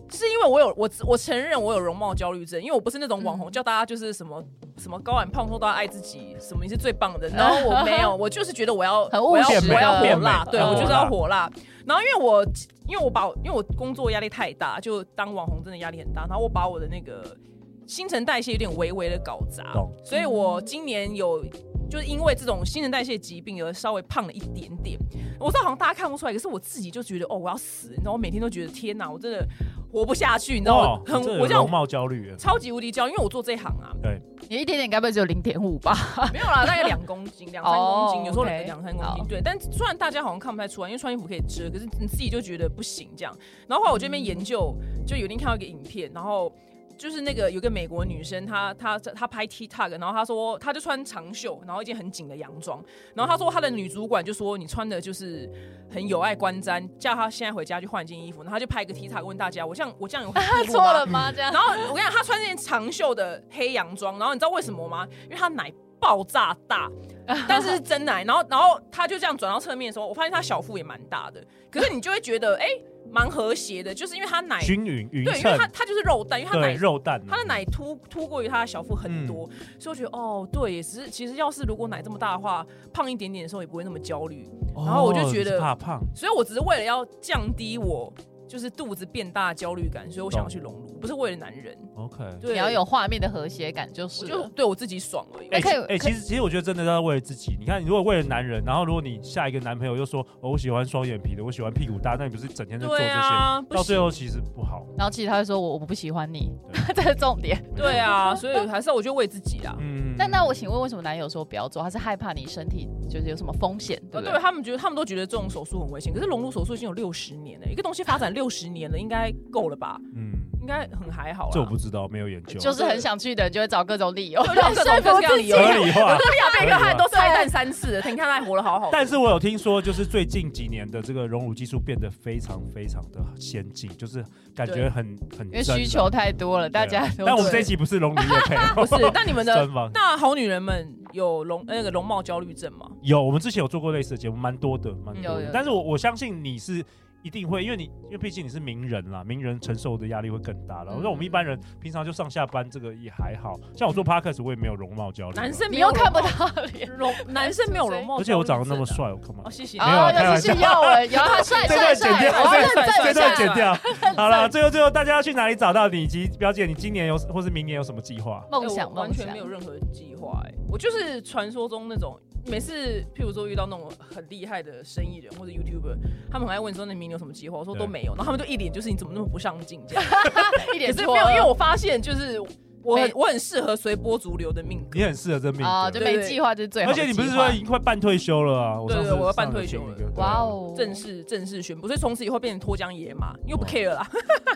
[SPEAKER 3] 是因为我有我我承认我有容貌焦虑症，因为我不是那种网红、
[SPEAKER 4] 嗯
[SPEAKER 3] 叫大家就是什么什么高矮胖瘦都要爱自己，什么你是最棒的，然后我没 有，我就是觉得我要
[SPEAKER 4] 很务
[SPEAKER 3] 我要
[SPEAKER 4] 实
[SPEAKER 3] 我要火
[SPEAKER 2] 变美
[SPEAKER 3] 辣，对
[SPEAKER 4] 嗯
[SPEAKER 3] 我就是要火辣。然后因为我因为我把因为我工作压力太大，就当网红真的压力很大，然后我把我的那个新陈代谢有点微微的搞砸
[SPEAKER 2] 懂，
[SPEAKER 3] 所以我今年有就是因为这种新陈代谢疾病而稍微胖了一点点。我知道好像大家看不出来，可是我自己就觉得哦，我要死，你知道，我每天都觉得天哪，我真的活不下去，你
[SPEAKER 2] 你
[SPEAKER 3] 知道，很我这
[SPEAKER 2] 哦
[SPEAKER 3] 样
[SPEAKER 2] 容貌焦虑耶，
[SPEAKER 3] 超级无敌焦，因为我做这一行啊，
[SPEAKER 4] 你一点点，该不会只有零点五吧？
[SPEAKER 3] 没有啦，大概两公斤、两三公斤，
[SPEAKER 4] 哦
[SPEAKER 3] 有时候
[SPEAKER 4] OK
[SPEAKER 3] 两两三公
[SPEAKER 4] 好
[SPEAKER 3] 斤。对，但虽然大家好像看不太出来，因为穿衣服可以遮，可是你自己就觉得不行这样。然后后来我这边研究，就有一天看到一个影片，然后。就是那个有个美国女生，她她她拍 TikTok，然后她说她就穿长袖，然后一件很紧的洋装，然后她说她的女主管就说你穿的就是很有碍观瞻，叫她现在回家去换一件衣服，然后她就拍一个 TikTok 问大家，我像我这样 有很屁股
[SPEAKER 4] 错
[SPEAKER 3] 吗
[SPEAKER 4] 了 吗？这样
[SPEAKER 3] 然后我跟你讲，她穿那件长袖的黑洋装，然后你知道为什么吗？因为她奶爆炸大，但是是真奶。然后，然后她就这样转到侧面的时候，我发现她小腹也蛮大的。可是你就会觉得，哎、蛮和谐的，就是因为她奶，
[SPEAKER 2] 均匀匀
[SPEAKER 3] 对，因为她
[SPEAKER 2] 称，
[SPEAKER 3] 她就是肉蛋，因为她
[SPEAKER 2] 对
[SPEAKER 3] 奶。
[SPEAKER 2] 肉嗯蛋啊，
[SPEAKER 3] 她的奶凸凸过于她的小腹很多，所以我觉得哦，对，也是。其实要是如果奶这么大的话，胖一点点的时候也不会那么焦虑。
[SPEAKER 2] 哦，
[SPEAKER 3] 然后我就觉得
[SPEAKER 2] 你是怕胖，
[SPEAKER 3] 所以我只是为了要降低我就是肚子变大的焦虑感，所以我想要
[SPEAKER 2] 懂
[SPEAKER 3] 去隆乳，不是为了男人。
[SPEAKER 2] OK。
[SPEAKER 3] 对，
[SPEAKER 4] 你要有画面的和谐感就是
[SPEAKER 3] 我
[SPEAKER 4] 了。
[SPEAKER 3] 就对我自己爽而已。
[SPEAKER 4] 哎可以
[SPEAKER 2] 哎，
[SPEAKER 4] 可
[SPEAKER 2] 其实其实我觉得真的要为了自己。你看，你如果为了男人，然后如果你下一个男朋友又说哦我喜欢双眼皮的，我喜欢屁股大，那你不是整天在做这
[SPEAKER 3] 对
[SPEAKER 2] 些？
[SPEAKER 3] 啊，不
[SPEAKER 2] 到最
[SPEAKER 3] 行。
[SPEAKER 2] 后其实不好。
[SPEAKER 4] 然后其实他会说我我不喜欢你，
[SPEAKER 2] 对
[SPEAKER 4] 这是重点。
[SPEAKER 3] 对啊，
[SPEAKER 4] 嗯
[SPEAKER 3] 所以还是我就为自己啦。
[SPEAKER 2] 嗯
[SPEAKER 4] 但那我请问，为什么男友说不要做？他是害怕你身体就是有什么风险，
[SPEAKER 3] 呃
[SPEAKER 4] 对不
[SPEAKER 3] 对
[SPEAKER 2] 啊
[SPEAKER 4] 对？
[SPEAKER 3] 他们觉得，他们都觉得这种手术很危险。可是隆乳手术已经有六十年了，一个东西发展六十年了，应该够了吧？
[SPEAKER 2] 嗯，
[SPEAKER 3] 应该很还好啦。
[SPEAKER 2] 这我不知道，没有啊嗯研究。
[SPEAKER 4] 啊就是很想去的人就会找各种理由
[SPEAKER 3] 对
[SPEAKER 4] 来
[SPEAKER 3] 就各种
[SPEAKER 4] 说
[SPEAKER 3] 各式各
[SPEAKER 4] 服
[SPEAKER 3] 样
[SPEAKER 4] 自
[SPEAKER 3] 理
[SPEAKER 4] 己
[SPEAKER 3] 由。啊
[SPEAKER 2] 合理 化。
[SPEAKER 3] 利亚贝克汉都
[SPEAKER 4] 对
[SPEAKER 3] 拆弹三次了，
[SPEAKER 2] 啊
[SPEAKER 3] 你看他还活得好好的。
[SPEAKER 2] 但是我有听说，就是最近几年的这个荣乳技术变得非常非常的先进，就是感觉
[SPEAKER 3] 对
[SPEAKER 2] 很很
[SPEAKER 4] 因为
[SPEAKER 2] 真
[SPEAKER 4] 需
[SPEAKER 2] 的
[SPEAKER 4] 求太多了，
[SPEAKER 2] 对啊
[SPEAKER 4] 大家都
[SPEAKER 2] 但我们
[SPEAKER 3] 对
[SPEAKER 2] 这一集不是龙女乐配，
[SPEAKER 3] 不是，
[SPEAKER 2] 啊
[SPEAKER 3] 那你们的
[SPEAKER 2] 专访
[SPEAKER 3] 那好女人们有容那个容貌焦虑症吗？
[SPEAKER 2] 有，我们之前有做过类似的节目，蛮多的，蛮多
[SPEAKER 4] 有
[SPEAKER 2] 的
[SPEAKER 4] 有。
[SPEAKER 2] 但是我我相信你是一定会，因为你因为毕竟你是名人啦，名人承受的压力会更大了。
[SPEAKER 4] 嗯
[SPEAKER 2] 那我们一般人平常就上下班，这个也还好。像我
[SPEAKER 4] 嗯
[SPEAKER 2] 做 podcast，我也没有容貌焦虑啊，
[SPEAKER 3] 男生
[SPEAKER 4] 你
[SPEAKER 3] 没有
[SPEAKER 4] 又看不到脸。
[SPEAKER 3] 容，男生没有容貌，
[SPEAKER 2] 而且我长得那么。帅，我干嘛
[SPEAKER 3] 哦，？谢谢。
[SPEAKER 2] 没有啊
[SPEAKER 4] 哦，
[SPEAKER 2] 开
[SPEAKER 4] 那
[SPEAKER 2] 玩
[SPEAKER 4] 是
[SPEAKER 2] 笑
[SPEAKER 4] 炫耀文，然后 他啊帅
[SPEAKER 2] 这段
[SPEAKER 4] 帅
[SPEAKER 2] 剪
[SPEAKER 4] 帅，哦
[SPEAKER 2] 掉
[SPEAKER 4] 我要认
[SPEAKER 2] 这
[SPEAKER 4] 证一
[SPEAKER 2] 段
[SPEAKER 4] 下。
[SPEAKER 2] 剪掉。好
[SPEAKER 4] 认
[SPEAKER 2] 了，
[SPEAKER 4] 证
[SPEAKER 2] 最后最后，大家要去哪里找到你？以及表姐，你今年有或是明年有什么计划？
[SPEAKER 4] 梦
[SPEAKER 3] 欸
[SPEAKER 4] 想
[SPEAKER 3] 我
[SPEAKER 4] 梦
[SPEAKER 3] 完
[SPEAKER 4] 想
[SPEAKER 3] 全没有任何计划。哎，我就是传说中那种，每次譬如说遇到那种很厉害的生意人或者 YouTuber，他们很爱问说那明年有什么计划，我说
[SPEAKER 2] 对
[SPEAKER 3] 都没有，然后他们就一脸就是你怎么那么不上进这样。
[SPEAKER 4] 一
[SPEAKER 3] 可
[SPEAKER 4] 点
[SPEAKER 3] 是
[SPEAKER 4] 错愕。
[SPEAKER 3] 没有，因为我发现就是我
[SPEAKER 4] 没
[SPEAKER 3] 很我很适合随波逐流的命格。
[SPEAKER 2] 你很适合这命
[SPEAKER 4] 啊，就
[SPEAKER 2] 格，
[SPEAKER 4] 没计划就是最好
[SPEAKER 2] 而
[SPEAKER 4] 的计
[SPEAKER 2] 且
[SPEAKER 4] 划。
[SPEAKER 2] 你不是说已经快半退休了啊？我
[SPEAKER 3] 对
[SPEAKER 2] 上
[SPEAKER 3] 对
[SPEAKER 2] 次
[SPEAKER 3] 我要半
[SPEAKER 2] 上次
[SPEAKER 3] 退休
[SPEAKER 2] 听
[SPEAKER 3] 了
[SPEAKER 2] 一个对啊
[SPEAKER 4] 哇 哦，
[SPEAKER 3] 正式正式宣布，所以从此以后变成脱缰野马，因为我不 care 啦，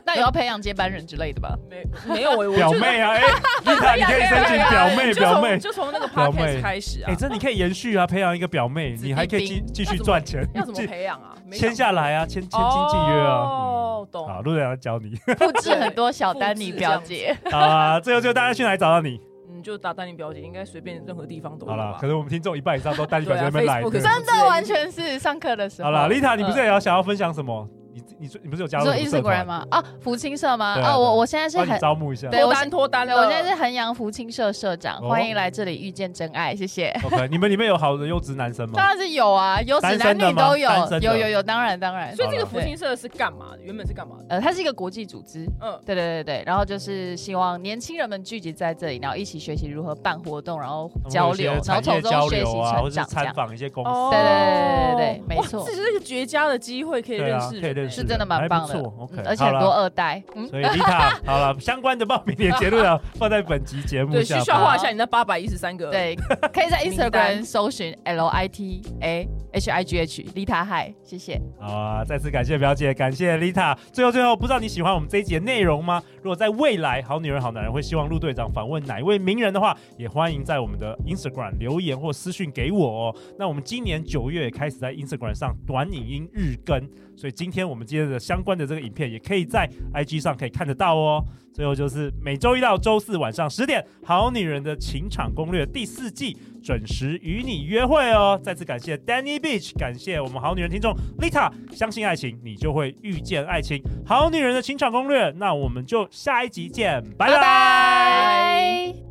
[SPEAKER 4] 那也要培养接班人之类的吧？
[SPEAKER 3] 没没 有我我
[SPEAKER 2] 表
[SPEAKER 3] 就是
[SPEAKER 2] 妹啊，哎，丽塔，你可以
[SPEAKER 3] 哎
[SPEAKER 2] 申请表妹，
[SPEAKER 3] 就
[SPEAKER 2] 表
[SPEAKER 4] 哎
[SPEAKER 2] 妹
[SPEAKER 3] 从。就从那个
[SPEAKER 2] 表妹
[SPEAKER 3] podcast 开始啊
[SPEAKER 2] 哎，，这你可以延续啊，培养一个表妹，
[SPEAKER 4] 子弟
[SPEAKER 2] 你还可以继
[SPEAKER 4] 兵
[SPEAKER 2] 继续赚钱，
[SPEAKER 3] 要怎么
[SPEAKER 2] 继
[SPEAKER 3] 培养啊？没
[SPEAKER 2] 签下来啊，签签经纪约啊。
[SPEAKER 3] 哦，动。
[SPEAKER 2] 好，陆队长教你
[SPEAKER 4] 复制很多小丹尼
[SPEAKER 3] 复制
[SPEAKER 4] 表姐，
[SPEAKER 2] 好啊，最后就大家去哪里找到你？
[SPEAKER 3] 嗯，就打丹尼表姐，应该随便任何地方都有
[SPEAKER 2] 好了，
[SPEAKER 3] 吧
[SPEAKER 2] 可。能我们听众一半以上都单表
[SPEAKER 3] 对
[SPEAKER 2] 姐
[SPEAKER 3] 啊
[SPEAKER 2] 那边来
[SPEAKER 3] Facebook
[SPEAKER 2] 的。
[SPEAKER 4] 真的完全是上课的时候。
[SPEAKER 2] 好了，丽塔，你不是也
[SPEAKER 4] 嗯
[SPEAKER 2] 要想要分享什么？你你你不是有加
[SPEAKER 4] 你
[SPEAKER 2] 入
[SPEAKER 4] 说
[SPEAKER 2] 什么社
[SPEAKER 4] Instagram
[SPEAKER 2] 团？
[SPEAKER 4] 吗？啊，福清社吗？
[SPEAKER 2] 对啊对
[SPEAKER 4] 哦，
[SPEAKER 2] 啊
[SPEAKER 4] 我我现在是
[SPEAKER 2] 帮
[SPEAKER 4] 很
[SPEAKER 2] 你招募一下。
[SPEAKER 4] 对
[SPEAKER 3] 脱
[SPEAKER 4] 我
[SPEAKER 3] 单脱单
[SPEAKER 4] 对，
[SPEAKER 3] 了，
[SPEAKER 4] 我现在是衡阳福清社社长，
[SPEAKER 2] 哦
[SPEAKER 4] 欢迎来这里遇见真爱，谢谢。
[SPEAKER 2] OK，你们里面有好的优质男生
[SPEAKER 4] 当
[SPEAKER 2] 吗？
[SPEAKER 4] 然是有啊，有指
[SPEAKER 2] 单
[SPEAKER 4] 男
[SPEAKER 2] 身的
[SPEAKER 4] 女
[SPEAKER 2] 吗
[SPEAKER 4] 都有
[SPEAKER 2] 单身，的
[SPEAKER 4] 有有有，当然当然。
[SPEAKER 3] 所以这个
[SPEAKER 2] 好
[SPEAKER 3] 福清社是干嘛的？原本是干嘛的？
[SPEAKER 4] 呃，它是一个国际组织，
[SPEAKER 3] 嗯，
[SPEAKER 4] 对对对对，然后就是希望年轻人们聚集在这里，然后一起学习如何办活动，然后交流，然后
[SPEAKER 2] 产业
[SPEAKER 4] 从
[SPEAKER 2] 交
[SPEAKER 4] 中学
[SPEAKER 2] 流
[SPEAKER 4] 习
[SPEAKER 2] 啊，或
[SPEAKER 4] 成
[SPEAKER 2] 是
[SPEAKER 4] 长，这
[SPEAKER 2] 参
[SPEAKER 4] 样
[SPEAKER 2] 访一些公司。
[SPEAKER 4] 对哦对对对对没
[SPEAKER 3] 哇
[SPEAKER 4] 错
[SPEAKER 3] 这是一个绝佳的机会，可以
[SPEAKER 2] 对
[SPEAKER 3] 认
[SPEAKER 2] 啊，
[SPEAKER 3] 识人，欸
[SPEAKER 2] 可以认识
[SPEAKER 4] 是真的蛮棒的
[SPEAKER 2] 还不错 OK，
[SPEAKER 4] 嗯而且很
[SPEAKER 2] 好
[SPEAKER 4] 多
[SPEAKER 2] 啦
[SPEAKER 4] 二代，嗯，
[SPEAKER 2] 所以丽塔，好了，相关的报名链接都要放在本集节目
[SPEAKER 3] 对，去
[SPEAKER 2] 下
[SPEAKER 3] 消
[SPEAKER 2] 方。
[SPEAKER 3] 化一下你那八百一十三个。，
[SPEAKER 4] 对，可 以在
[SPEAKER 3] 名单
[SPEAKER 4] Instagram 搜寻 L I T A H I G H 丽塔海，谢谢。
[SPEAKER 2] 好啊，再次感谢表姐，感谢 Lita。最后最后，不知道你喜欢我们这一集的内容吗？如果在未来《好女人好男人》会希望陆队长访问哪一位名人的话，也欢迎在我们的 Instagram 留言或私讯给我哦。那我们今年九月也开始在 Instagram 上短影音日更，所以今天我们接着相关的这个影片也可以在 IG 上可以看得到哦。最后就是每周一到周四晚上十点，《好女人的情场攻略》第四季准时与你约会哦！再次感谢 Danny Beach，感谢我们好女人听众 Lita，相信爱情，你就会遇见爱情。好女人的情场攻略，那我们就下一集见，拜拜
[SPEAKER 4] 拜